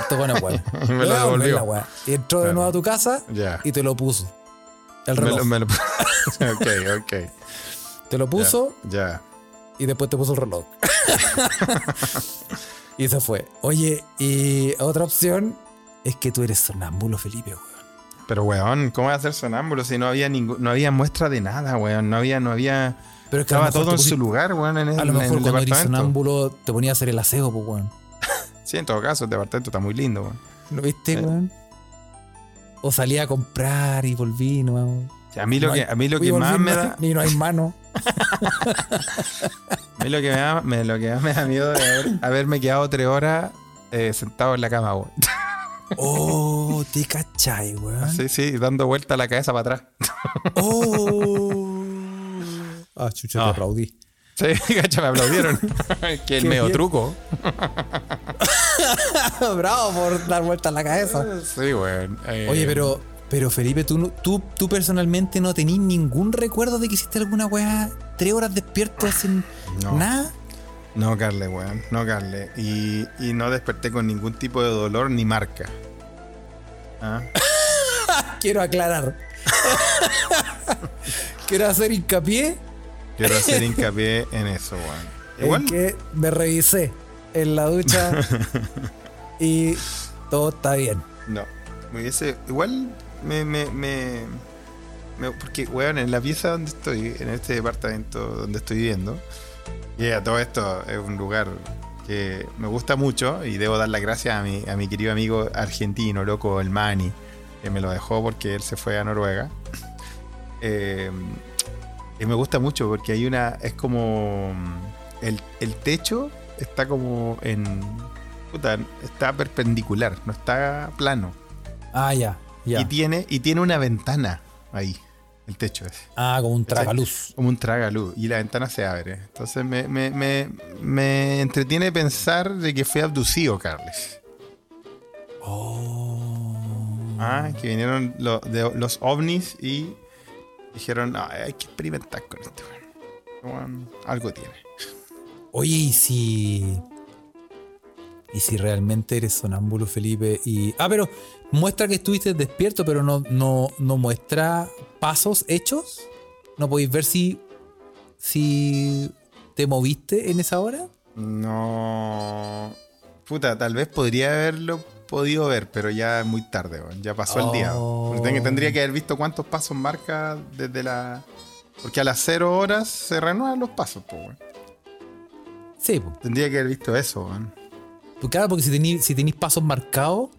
Este weón es bueno.
Y [LAUGHS] me
Le
lo
voy a volver
devolvió.
la weá. Y entró de
Claro.
nuevo a tu casa
Ya.
y te lo puso. El
Me
reloj.
lo- [LAUGHS] me lo- ok, ok. Ya,
Te lo puso
Ya.
y después te puso el reloj. [LAUGHS] y se fue. Oye, y otra opción es que tú eres sonámbulo, Felipe, weón.
Pero, weón, ¿cómo va a ser sonámbulo si no había ningún, no había muestra de nada, weón? No había, no había.
Pero es que a lo
Estaba
mejor
todo
te
en su
pusiste-
lugar, weón, en el,
A lo
en
mejor
el
cuando eres
departamento.
sonámbulo te ponía a hacer el aseo, pues, weón.
Sí, en todo caso, el departamento está muy lindo, weón.
¿Lo viste,
Eh.
weón? O salía a comprar y volví, no. weón.
A mí lo
No
que,
hay-
a mí lo
Y
que
volví,
más me
no-
da.
Y no hay mano.
A mí lo que me da, me- lo que más me da miedo es
[LAUGHS]
haber- haberme quedado tres horas eh, sentado en la cama, weón.
Oh, te cachai, weón.
Ah, Sí, sí, dando vuelta la cabeza para atrás. [LAUGHS]
Oh. Ah, chucha,
Ah.
te aplaudí.
[LAUGHS]
[LAUGHS]
Sí, cacha, me aplaudieron. que el
Qué
medio
bien.
truco.
[LAUGHS] Bravo por dar vueltas en la cabeza.
Ah, Sí, güey. eh,
Oye, pero, pero Felipe, tú, no- tú, tú personalmente no tenés ningún recuerdo de que hiciste alguna weá tres horas despierto sin
No.
nada.
No, Carle, weón. No, Carle. Y, y no desperté con ningún tipo de dolor ni marca. Ah, [LAUGHS]
Quiero aclarar. Quiero hacer hincapié
Quiero
[LAUGHS]
hacer hincapié en eso, weón.
en
Igual,
que me revisé en la
[LAUGHS]
ducha y todo está bien.
no. Me hubiese- igual me, me, me, me- Porque, weón, en la pieza donde estoy, en este departamento donde estoy viviendo, y a todo esto es un lugar que me gusta mucho y debo dar las gracias a mi, a mi querido amigo argentino, loco, el Mani, que me lo dejó porque él se fue a Noruega. [LAUGHS] Eh, y me gusta mucho porque hay una. Es como. El, el techo está como en. Puta, está perpendicular, no está plano.
Ah, ya,
Y,
ya.
tiene, y tiene una ventana ahí, el techo ese
Ah, como un tragaluz.
como un tragaluz y la ventana se abre. Entonces me, me, me, me entretiene pensar de que fue abducido, Carles.
Mm.
Ah, que vinieron lo- de- los ovnis y dijeron, "No, hay que experimentar con esto. Bueno, algo tiene.
Oye, y si. Y si realmente eres sonámbulo, Felipe, y. Ah, pero muestra que estuviste despierto, pero no, no, no muestra pasos hechos. No podéis ver si. si te moviste en esa hora.
No... Puta, tal vez podría haberlo podido ver, pero ya es muy tarde, weón. ya pasó el día.
Oh.
Tendría- Tendría que haber visto cuántos pasos marca desde la... Porque a las cero horas se renuevan los pasos, pues, weón.
Sí, po.
Tendría que haber visto eso, weón. [LAUGHS]
Pues Claro, porque si tenéis si tenís pasos marcados,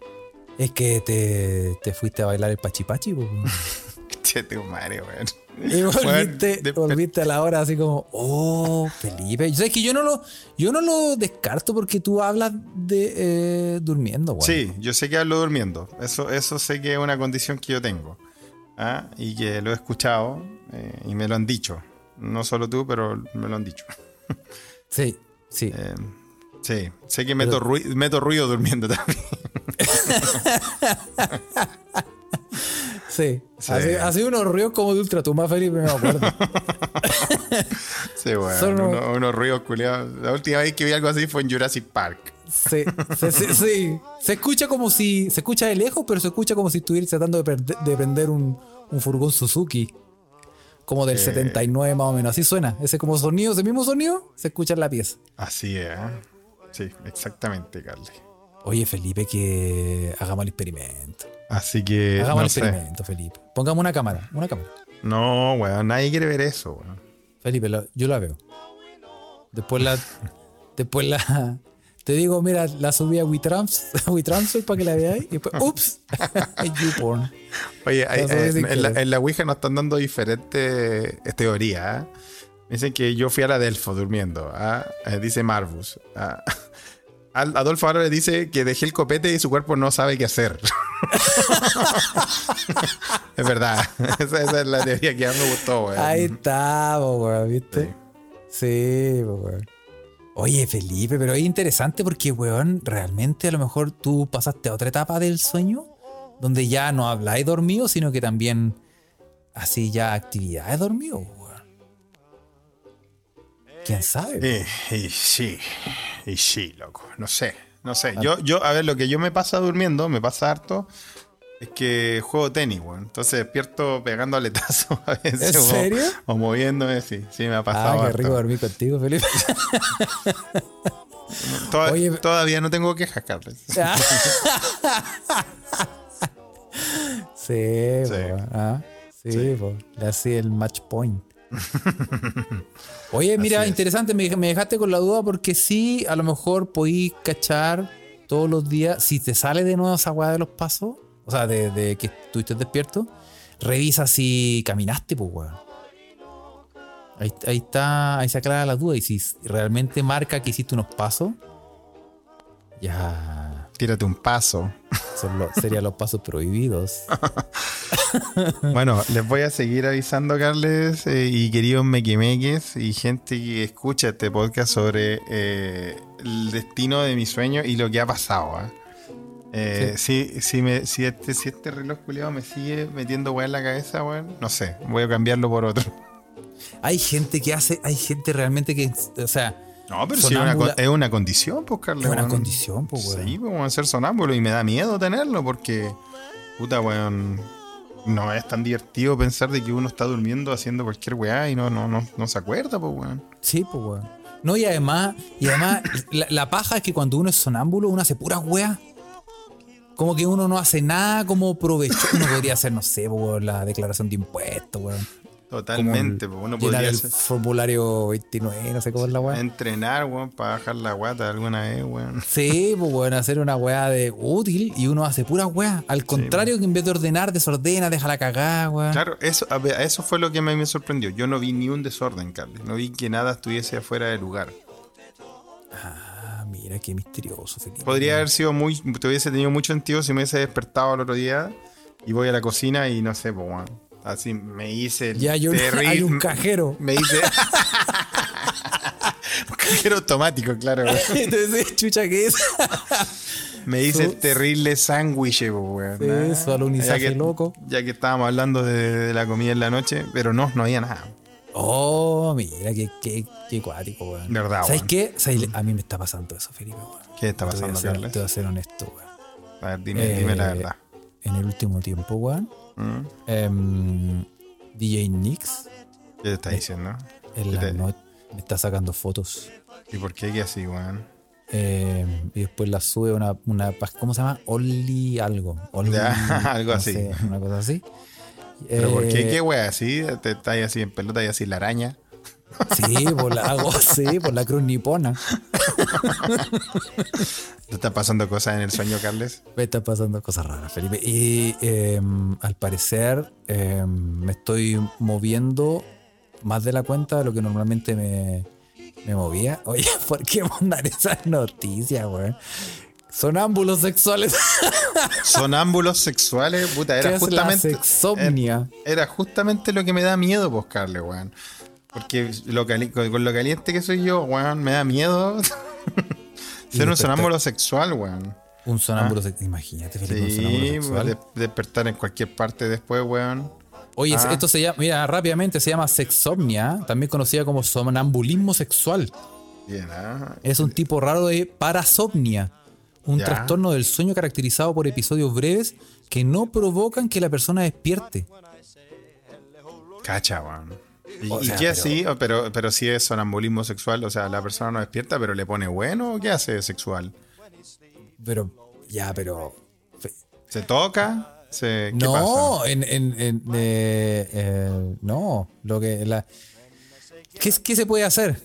es que te, te fuiste a bailar el pachipachi, po.
Che, tu madre, weón. [LAUGHS]
Y volviste,
Weón, de-
volviste a la hora así como, oh, Felipe. Yo sabes que yo no lo, yo no lo descarto porque tú hablas de eh, durmiendo, güey.
Sí, yo sé que hablo durmiendo. Eso, eso sé que es una condición que yo tengo. ¿Ah? Y que lo he escuchado eh, y me lo han dicho. No solo tú, pero me lo han dicho.
Sí, sí.
Eh, sí, sé que meto, ruido, meto ruido durmiendo [LAUGHS] también.
sí.
sí.
Así, así unos ríos como de ultratumba, Felipe,
[LAUGHS]
me acuerdo.
Sí, weón.
Solo-
Uno- unos ruidos culiados. La última vez que vi algo así fue en Jurassic Park.
Sí, sí, sí, sí. Se escucha como si, se escucha de lejos, pero se escucha como si estuvieras tratando de, perde- de prender un, un furgón Suzuki. Como del 79 más o menos, así suena. Ese como sonido, ese mismo sonido, se escucha en la pieza.
Así es. ¿eh? Sí, exactamente, Carly.
Oye, Felipe, que hagamos el experimento.
Así que. Eh,
Hagamos
no
el
sé.
experimento, Felipe. Pongamos una cámara, una cámara.
No, weón. Nadie quiere ver eso, weón.
Felipe, la- yo la veo. Después
[LAUGHS]
la. después la. Te digo, mira, la subí a [LAUGHS] WeTrans- a WeTransfer para que la veáis. Y
[LAUGHS]
después, ups, [LAUGHS] YouPorn.
Oye, hay-
Las
eh,
dos sin
en, la,
querer.
en la Ouija nos están dando diferentes eh, teorías. ¿ah? Dicen que yo fui a la Delfo durmiendo. ¿ah? Eh, dice Marvus. ¿ah? [LAUGHS] Al- Adolfo Álvarez dice que dejé el copete y su cuerpo no sabe qué hacer. [LAUGHS] es verdad. [LAUGHS] Esa, esa es la teoría que más me gustó, güey.
Ahí está, po, weón, ¿viste? Sí, po, weón. Oye, Felipe, pero es interesante porque, weón, realmente a lo mejor tú pasaste a otra etapa del sueño donde ya no habláis dormido, sino que también así ya actividades dormido, weón. ¿Quién sabe?
Eh, Y, y sí, y sí, loco. No sé, no sé.
Ah.
Yo, yo, a ver, lo que yo me pasa durmiendo, me pasa harto, es que juego tenis, weón. Entonces despierto pegando [LAUGHS] aletazos a veces.
¿En
o-
serio?
O, moviéndome, sí. Sí, me ha
Ah,
pasado.
qué rico
harto.
dormir
[LAUGHS]
contigo, Felipe. [LAUGHS]
Toda-
Oye,
Todavía no tengo quejas, Carles.
sí, po, ah, sí, po. le hacía el match point. Oye, mira,
Así es.
interesante, me, me dejaste con la duda porque sí, a lo mejor podís cachar todos los días, si te sale de nuevo esa weá de los pasos, o sea, de, de que estuviste despierto, revisa si caminaste, pues weón. Ahí, ahí está, ahí se aclara la duda y si realmente marca que hiciste unos pasos, ya
Tírate un paso.
Son los- serían los pasos
[LAUGHS]
prohibidos.
Bueno, les voy a seguir avisando, Carles, eh, y queridos mequimeques y gente que escucha este podcast sobre eh, el destino de mi sueño y lo que ha pasado. ¿ah? Eh, si, si me, si, este, si este reloj culiado me sigue metiendo weá en la cabeza, weón, no sé, voy a cambiarlo por otro.
Hay gente que hace, hay gente realmente que, o sea,
No, pero si es una,
Sonámbula.
con- es una condición, pues, Carles.
es una
weón.
condición, pues, weón.
Sí, pues, a ser sonámbulo y me da miedo tenerlo porque, puta, weón, no es tan divertido pensar de que uno está durmiendo haciendo cualquier weá y no, no, no, no se acuerda, pues, weón.
Sí, pues, weón. No, y además,
[LAUGHS]
y además la, la paja es que cuando uno es sonámbulo, uno hace puras weas. Como que uno no hace nada como provecho.
[LAUGHS]
Uno podría hacer, no sé, pues, weón, la declaración de impuestos, weón. Como
Totalmente, pues, uno
llenar
podría
el
hacer-
formulario 29, no sé cómo es la wea.
entrenar, weón, para bajar la guata alguna vez, weón.
Sí, pues, weón, hacer una wea de útil y uno hace puras weas. Al contrario, que en vez de ordenar, desordena, deja la cagada, weón.
pues. Claro, eso, a ver, eso fue lo que me, me sorprendió. Yo no vi ni un desorden, Carles. No vi que nada estuviese afuera de lugar.
Ah, mira, qué misterioso, Felipe.
Podría haber sido muy. Te hubiese tenido mucho sentido si me hubiese despertado al otro día y voy a la cocina y no sé, pues, weón. Así me hice el
Ya hay un,
terri-
[LAUGHS] hay
[LAUGHS]
un cajero. [LAUGHS]
Me dice. Un cajero automático, claro. güey.
Entonces, chucha, ¿qué es?
Me dice
Ups.
el terrible sándwich, po, güey.
Sí,
Nah.
su alunizaje
Ya que-
loco.
Ya que estábamos hablando de, de la comida en la noche, pero no, no había nada.
Oh, mira, qué, qué, qué cuático, weón.
Verdad,
¿Sabes
weón.
qué? ¿Sabes? A mí me está pasando eso, Felipe, weón.
¿Qué está
Te voy a
pasando,
ser-
Carles?
Te voy a ser honesto, weón.
A ver, dime, dime
Eh,
la verdad.
En el último tiempo, weón,
¿Mm?
em, DJ Nix
¿Qué te
eh.
está diciendo?
en
¿Qué
la
te-
noche me está sacando fotos.
¿Y por qué que así, güey?
em, y después las sube a una, una pa- ¿cómo se llama? Only algo. Only-
Ya, [LAUGHS] algo
no
así.
sé, una cosa así.
¿Pero por qué
Eh,
qué, güey? Así, te estás así en pelota y así la araña.
Sí, por la [LAUGHS] hago, sí, por la cruz nipona.
¿Te están pasando cosas en el sueño, Carles?
Me están pasando cosas raras, Felipe. Y em, al parecer em, me estoy moviendo más de la cuenta de lo que normalmente me, me movía. [LAUGHS] Oye, ¿por qué mandar esas noticias, weón? Sonámbulos sexuales.
Sonámbulos sexuales, puta,
¿Qué
era
es la
justamente. eh,
sexomnia?
era justamente lo que me da miedo, pues, Carle, weón. Porque lo cali- con, con lo caliente que soy yo, weón, me da miedo [LAUGHS] ser
despertar.
un sonámbulo sexual, weón.
un sonámbulo sexual. Imagínate, Felipe, un sonámbulo
ah. Sí,
sexual.
de- despertar en cualquier parte después, weón.
Oye,
Ah.
esto se llama, mira, rápidamente se llama sexomnia, también conocida como somnambulismo sexual.
Bien, ah.
Es un tipo raro de parasomnia, un
Ya.
trastorno del sueño caracterizado por episodios breves que no provocan que la persona despierte.
Cacha, weón. ¿Y,
O
y
sea,
qué
pero-
así? O, Pero, pero si es sonambulismo sexual, o sea, la persona no despierta, pero le pone bueno o qué hace sexual.
Pero, ya, pero. fe-
¿Se toca? ¿Se, ¿Qué pasa?
No, en, en- en- eh, eh, no, lo que la- ¿qué, qué se puede hacer?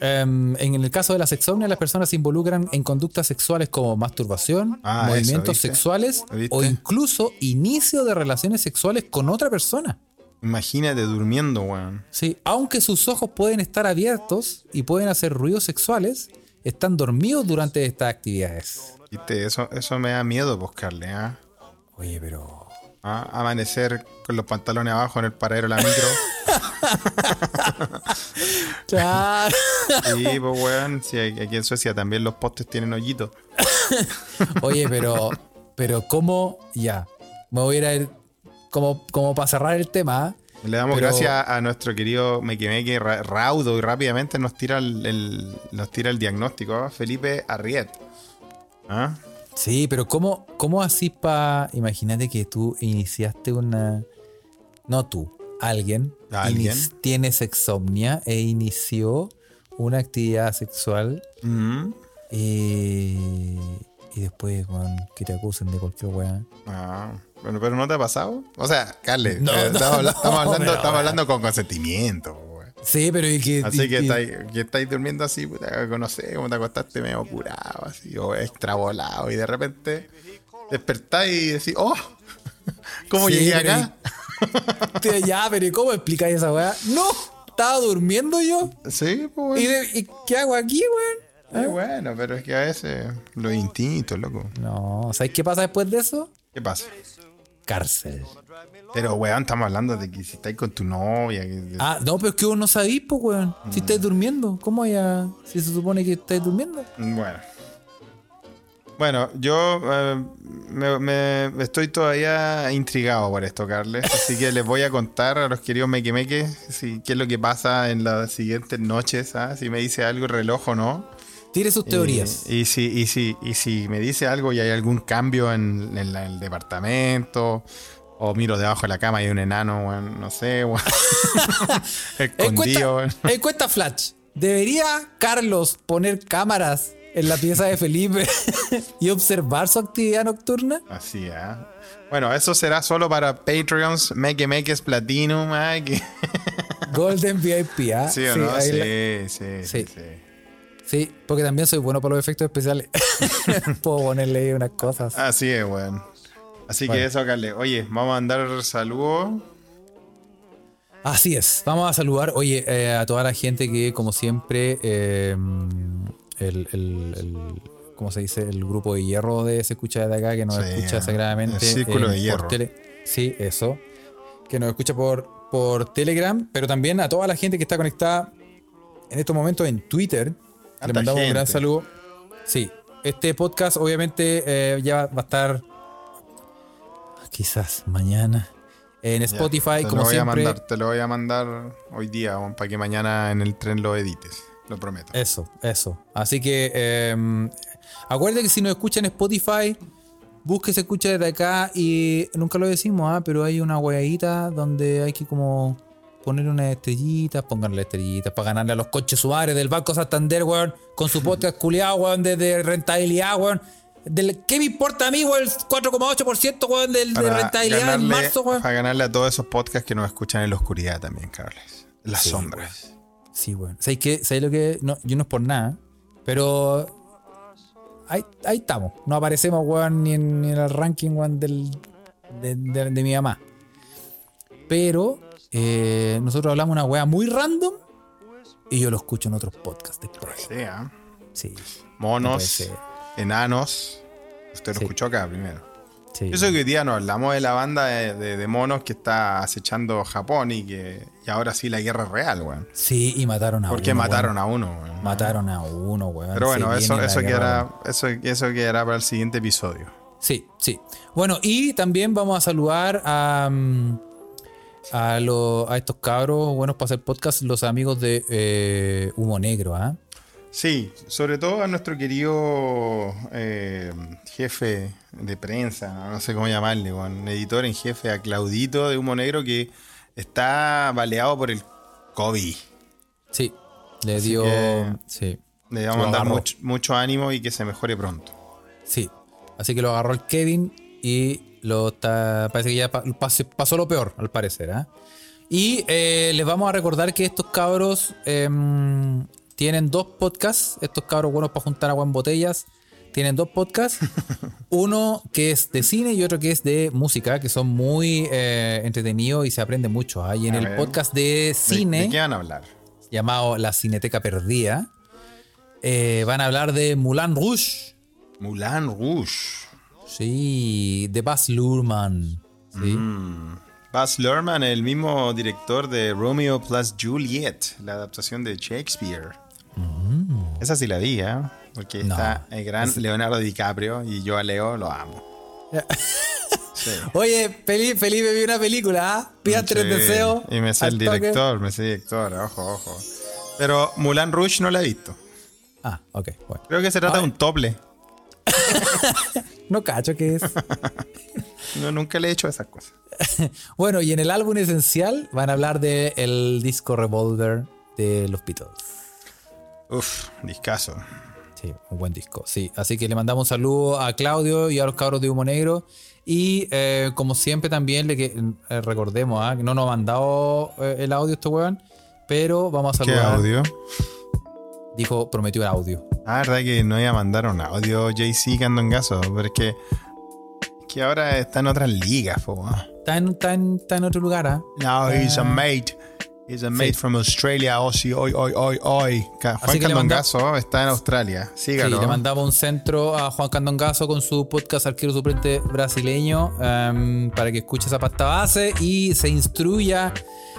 Em, en el caso de la sexomnia, las personas se involucran en conductas sexuales como masturbación,
Ah, eso,
movimientos
¿viste?
sexuales o
¿Viste?
incluso inicio de relaciones sexuales con otra persona.
Imagínate durmiendo, weón.
Sí, aunque sus ojos pueden estar abiertos y pueden hacer ruidos sexuales, están dormidos durante estas actividades.
Viste, eso, eso me da miedo, pues, Carle, ah.
Oye, pero.
Ah, Amanecer con los pantalones abajo en el paradero de la
[LAUGHS]
micro.
Claro.
sí, pues weón. Sí, aquí en Suecia también los postes tienen hoyitos.
[LAUGHS] Oye, pero. Pero, ¿cómo? Ya. Me voy a ir a ir- Como, como para cerrar el tema. ¿ah?
Le damos
Pero-
gracias a nuestro querido Mequemeque Ra- Raudo y rápidamente nos tira el, el- nos tira el diagnóstico. ¿ah? Felipe Arriet. ¿Ah?
Sí, pero ¿cómo, cómo así para. Imagínate que tú iniciaste una. No tú, alguien.
Alguien.
inici- Tiene sexomnia e inició una actividad sexual
Mm.
Y, y después, weón, que te acusen de cualquier weá.
Ah. Bueno, pero ¿no te ha pasado? O sea, Carles,
No,
eh,
no,
estamos, habla- estamos
no,
hablando,
pero,
estamos
weón.
hablando con consentimiento. weón.
Sí, pero y que.
Así
y-
que
y-
estáis, que estáis durmiendo así, puta, que no sé, como te acostaste medio curado, así, o extravolado, y de repente despertáis y decís, oh, [LAUGHS] ¿cómo
Sí,
llegué
pero
acá?
Te- ya, pero ¿y cómo explicáis esa weá? ¡No! Estaba durmiendo yo.
Sí, pues,
¿Y,
weón.
de- y qué hago aquí, weón?
Eh, bueno, pero es que a veces los instintos, loco.
No, ¿sabes qué pasa después de eso?
¿Qué pasa?
Cárcel.
Pero, weón, estamos hablando de que si estáis con tu novia. que- que-
Ah, no, pero es que vos no sabís, pues, weón. Si estáis durmiendo, ¿cómo ya? Si se supone que estáis durmiendo.
Bueno. Bueno, yo eh, me, me- estoy todavía intrigado por esto, Carles. Así que les voy a contar a los queridos mequemeques si, qué es lo que pasa en las siguientes noches. ¿ah? Si me dice algo el reloj o no.
Tire sus teorías.
Eh, Y, y si, y, si, y si me dice algo y hay algún cambio en, en la- el departamento. O miro debajo de la cama y hay un enano, weón, no sé,
[LAUGHS]
weón. [LAUGHS] escondido.
Eh, Encuesta,
weón.
encuesta Flash. ¿Debería Carlos poner cámaras en la pieza de Felipe [LAUGHS] y observar su actividad nocturna?
Así, ¿ah? Bueno, eso será solo para Patreons, Make Makes Platinum, ¿ah? Que-
Golden VIP,
[LAUGHS]
¿ah?
¿Sí o no?
ahí
Sí,
la-
sí,
Sí.
sí, sí.
sí, porque también soy bueno para los efectos especiales. [LAUGHS] Puedo ponerle ahí unas cosas.
Así es, weón. Así
Bueno.
que eso, Carles. Oye, vamos a mandar saludos.
Así es. Vamos a saludar, oye, eh, a toda la gente que, como siempre, eh, el, el- el- ¿cómo se dice? El grupo de hierro de Se Escucha de Acá, que nos
Sí,
escucha
el
sagradamente.
Círculo de
por
Hierro.
tele- sí, eso. Que nos escucha por, por Telegram, pero también a toda la gente que está conectada en estos momentos en Twitter. Le
Harta
mandamos un gran
gente.
saludo. Sí, este podcast obviamente eh, ya va a estar quizás mañana en
Ya,
Spotify,
te
como
lo voy a
siempre.
mandar, te lo voy a mandar hoy día, weón, para que mañana en el tren lo edites. Lo prometo.
Eso, eso. Así que eh, acuérdense que si nos escuchan en Spotify, busque se escucha desde acá y nunca lo decimos, ah, pero hay una huevita donde hay que como poner unas estrellitas, pónganle estrellitas para ganarle a los coches Suárez del Banco Santander, weón, con su podcast culiado, weón, desde rentabilidad, weón. Del, ¿Qué me importa a mí, weón? El 4,8%, weón, del, de rentabilidad en marzo, weón.
para ganarle a todos esos podcasts que nos escuchan en la oscuridad también, Carles. Las sombras.
Sí, bueno. ¿Sabéis qué? ¿Sabéis lo que? No, yo no es por nada, pero ahí, ahí estamos. No aparecemos, weón, ni en, ni en el ranking, weón, del, de, de- de mi mamá. Pero eh, nosotros hablamos una weá muy random y yo lo escucho en otros podcasts después.
Sí, ¿ah?
¿eh? Sí, eh, No puede
Monos,
ser.
enanos. Usted lo
Sí.
escuchó acá primero.
sí.
Yo sé que hoy día nos hablamos de la banda de, de- de monos que está acechando Japón y que y ahora sí la guerra es real, weón.
Sí, y mataron a uno.
Porque
weón.
mataron a uno, weón.
Mataron a uno, weón.
Pero bueno,
Se
eso,
viene la
eso,
guerra, weón.
quedará, eso, eso quedará para el siguiente episodio.
Sí, sí. Bueno, y también vamos a saludar a, mm, a, lo- a estos cabros buenos para hacer podcast, los amigos de eh, Humo Negro, ¿ah?
Sí, sobre todo a nuestro querido eh, jefe de prensa, no sé cómo llamarle, weón, editor en jefe, a Claudito de Humo Negro que está baleado por el COVID.
Sí, le dio.
que-
Sí,
Le
Lo
vamos a dar
agarró.
mucho, mucho ánimo y que se mejore pronto.
sí. Así que lo agarró el Kevin y lo está. Parece que ya pa- pase- pasó lo peor, al parecer, ¿ah? Y eh, les vamos a recordar que estos cabros em, tienen dos podcasts. Estos cabros buenos para juntar agua en botellas. Tienen dos
[LAUGHS]
podcasts. Uno que es de cine y otro que es de música, que son muy eh, entretenidos y se aprende mucho. ¿ah? Y en
A
el
ver.
podcast de
¿De-
cine
¿De qué van a hablar?
llamado La Cineteca Perdida. Eh, van a hablar de Moulin Rouge.
Mulan Rouge.
Sí, de Baz Luhrmann. Sí.
Mm. Baz Luhrmann, el mismo director de Romeo plus Juliet, la adaptación de Shakespeare. Esa sí la vi, ¿eh? Porque
Mm. No.
está el gran Leonardo DiCaprio y yo a Leo lo amo. Sí.
Oye, Felipe, Felipe vi una película, ¿ah? Pidan tres
Sí,
deseos.
Y me sé
al
el
toque.
director, me sé el director, ojo, ojo. Pero Mulan Rouge no la he visto.
Ah, ok, bueno.
Creo que se trata de un tople.
No cacho
[LAUGHS]
que es.
No, nunca le he hecho esas cosas.
bueno, y en el álbum esencial van a hablar de el disco Revolver de los Beatles.
Uf, discaso.
Sí, un buen disco. Sí, así que le mandamos un saludo a Claudio y a los cabros de Humo Negro. Y eh, como siempre también le que, eh, recordemos ah, que no nos ha mandado eh, el audio este weón, pero vamos a
¿Qué
saludar.
audio?
Dijo, prometió el audio.
Ah, verdad que no iba a mandar un audio JC Candongazo, pero es que, es que ahora está en otras ligas, po. weón.
Está en, está en- está en otro lugar, ¿ah?
No, he's a mate. Is a mate from Australia, Ozzy, oi, oi, oi, oi. Ca- Juan
Así que le manda-
Candongazo está en Australia. Sígalo. ¿eh?
Sí, le mandamos un centro a Juan Candongazo con su podcast Arquero Suplente Brasileño em, para que escuche esa pasta base y se instruya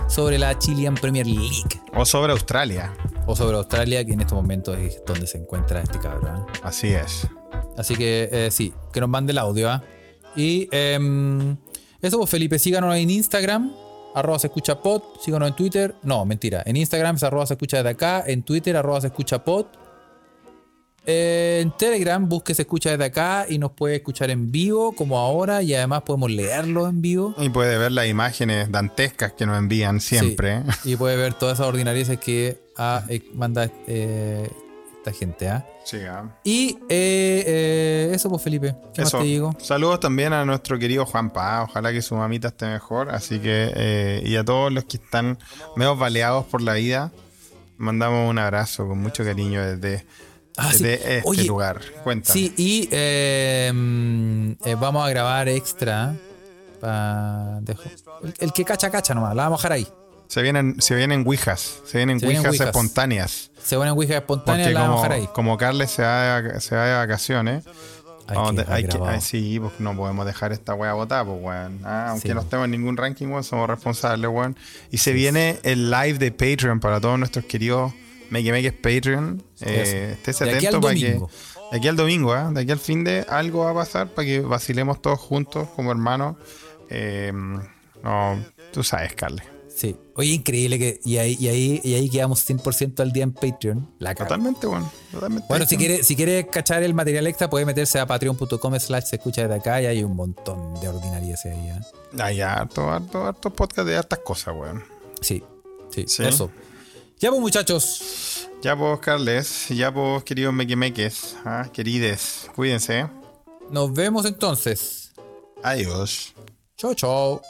sobre la Chilean Premier League
o sobre Australia.
o sobre Australia, que en estos momentos es donde se encuentra este cabrón.
Así es.
Así que eh, sí, que nos mande el audio. ¿ah? Y em, eso, pues, Felipe, síganos en Instagram, arroba se escucha pod, síganos en Twitter. No, mentira. En Instagram es arroba se escucha desde acá, en Twitter arroba se escucha pod. En Telegram busque se escucha desde acá y nos puede escuchar en vivo como ahora y además podemos leerlo en vivo.
Y puede ver las imágenes dantescas que nos envían
[LAUGHS]
siempre.
Y puede ver todas esas ordinarias que ah, eh, manda eh, esta gente. ¿ah?
Sí. ah.
Y eh, eh, eso pues Felipe, ¿qué
Eso.
más te digo?
Saludos también a nuestro querido Juanpa. Ojalá que su mamita esté mejor. Así que, eh, y a todos los que están medio baleados por la vida, mandamos un abrazo con mucho cariño desde,
Ah, sí.
desde este
Oye,
lugar. Cuéntame.
Sí, y eh, mm, eh, vamos a grabar extra. pa- dejo- el, el que cacha, cacha nomás. La vamos a dejar ahí.
Se vienen, se vienen ouijas, se vienen
Se vienen
ouijas
ouijas.
espontáneas.
Se ponen Ouija espontánea,
Porque
la vamos a
como,
dejar ahí.
como Carles se va, de, vac- se va de vacaciones,
Hay
vamos
que
de-
dejar
hay que-
grabado.
ay, sí, pues no podemos dejar esta wea botada, pues weón. Ah, aunque
Sí.
no estemos en ningún ranking, weón, somos responsables, weón. Y se viene el live de Patreon para todos nuestros queridos Make Makers Patreon. Eh, estés
De aquí al
atento para que.
domingo.
De aquí al domingo, ¿ah? De aquí al fin de algo va a pasar para que vacilemos todos juntos como hermanos. Eh, no, tú sabes, Carles.
Sí. Oye, increíble que. Y ahí, y ahí, y ahí quedamos 100% al día en Patreon. La cago.
Totalmente, weón. Totalmente.
Bueno, si quiere, si quiere cachar el material extra, puede meterse a patreon.com slash se escucha desde acá y hay un montón de ordinarias ahí. ¿eh?
Hay harto, harto, harto podcast de hartas cosas, weón.
Sí, sí,
Sí.
Eso. Ya pues muchachos.
Ya vos, Carles, ya vos, queridos mequemeques, ah, querides, cuídense.
Nos vemos entonces.
Adiós.
Chau, chau.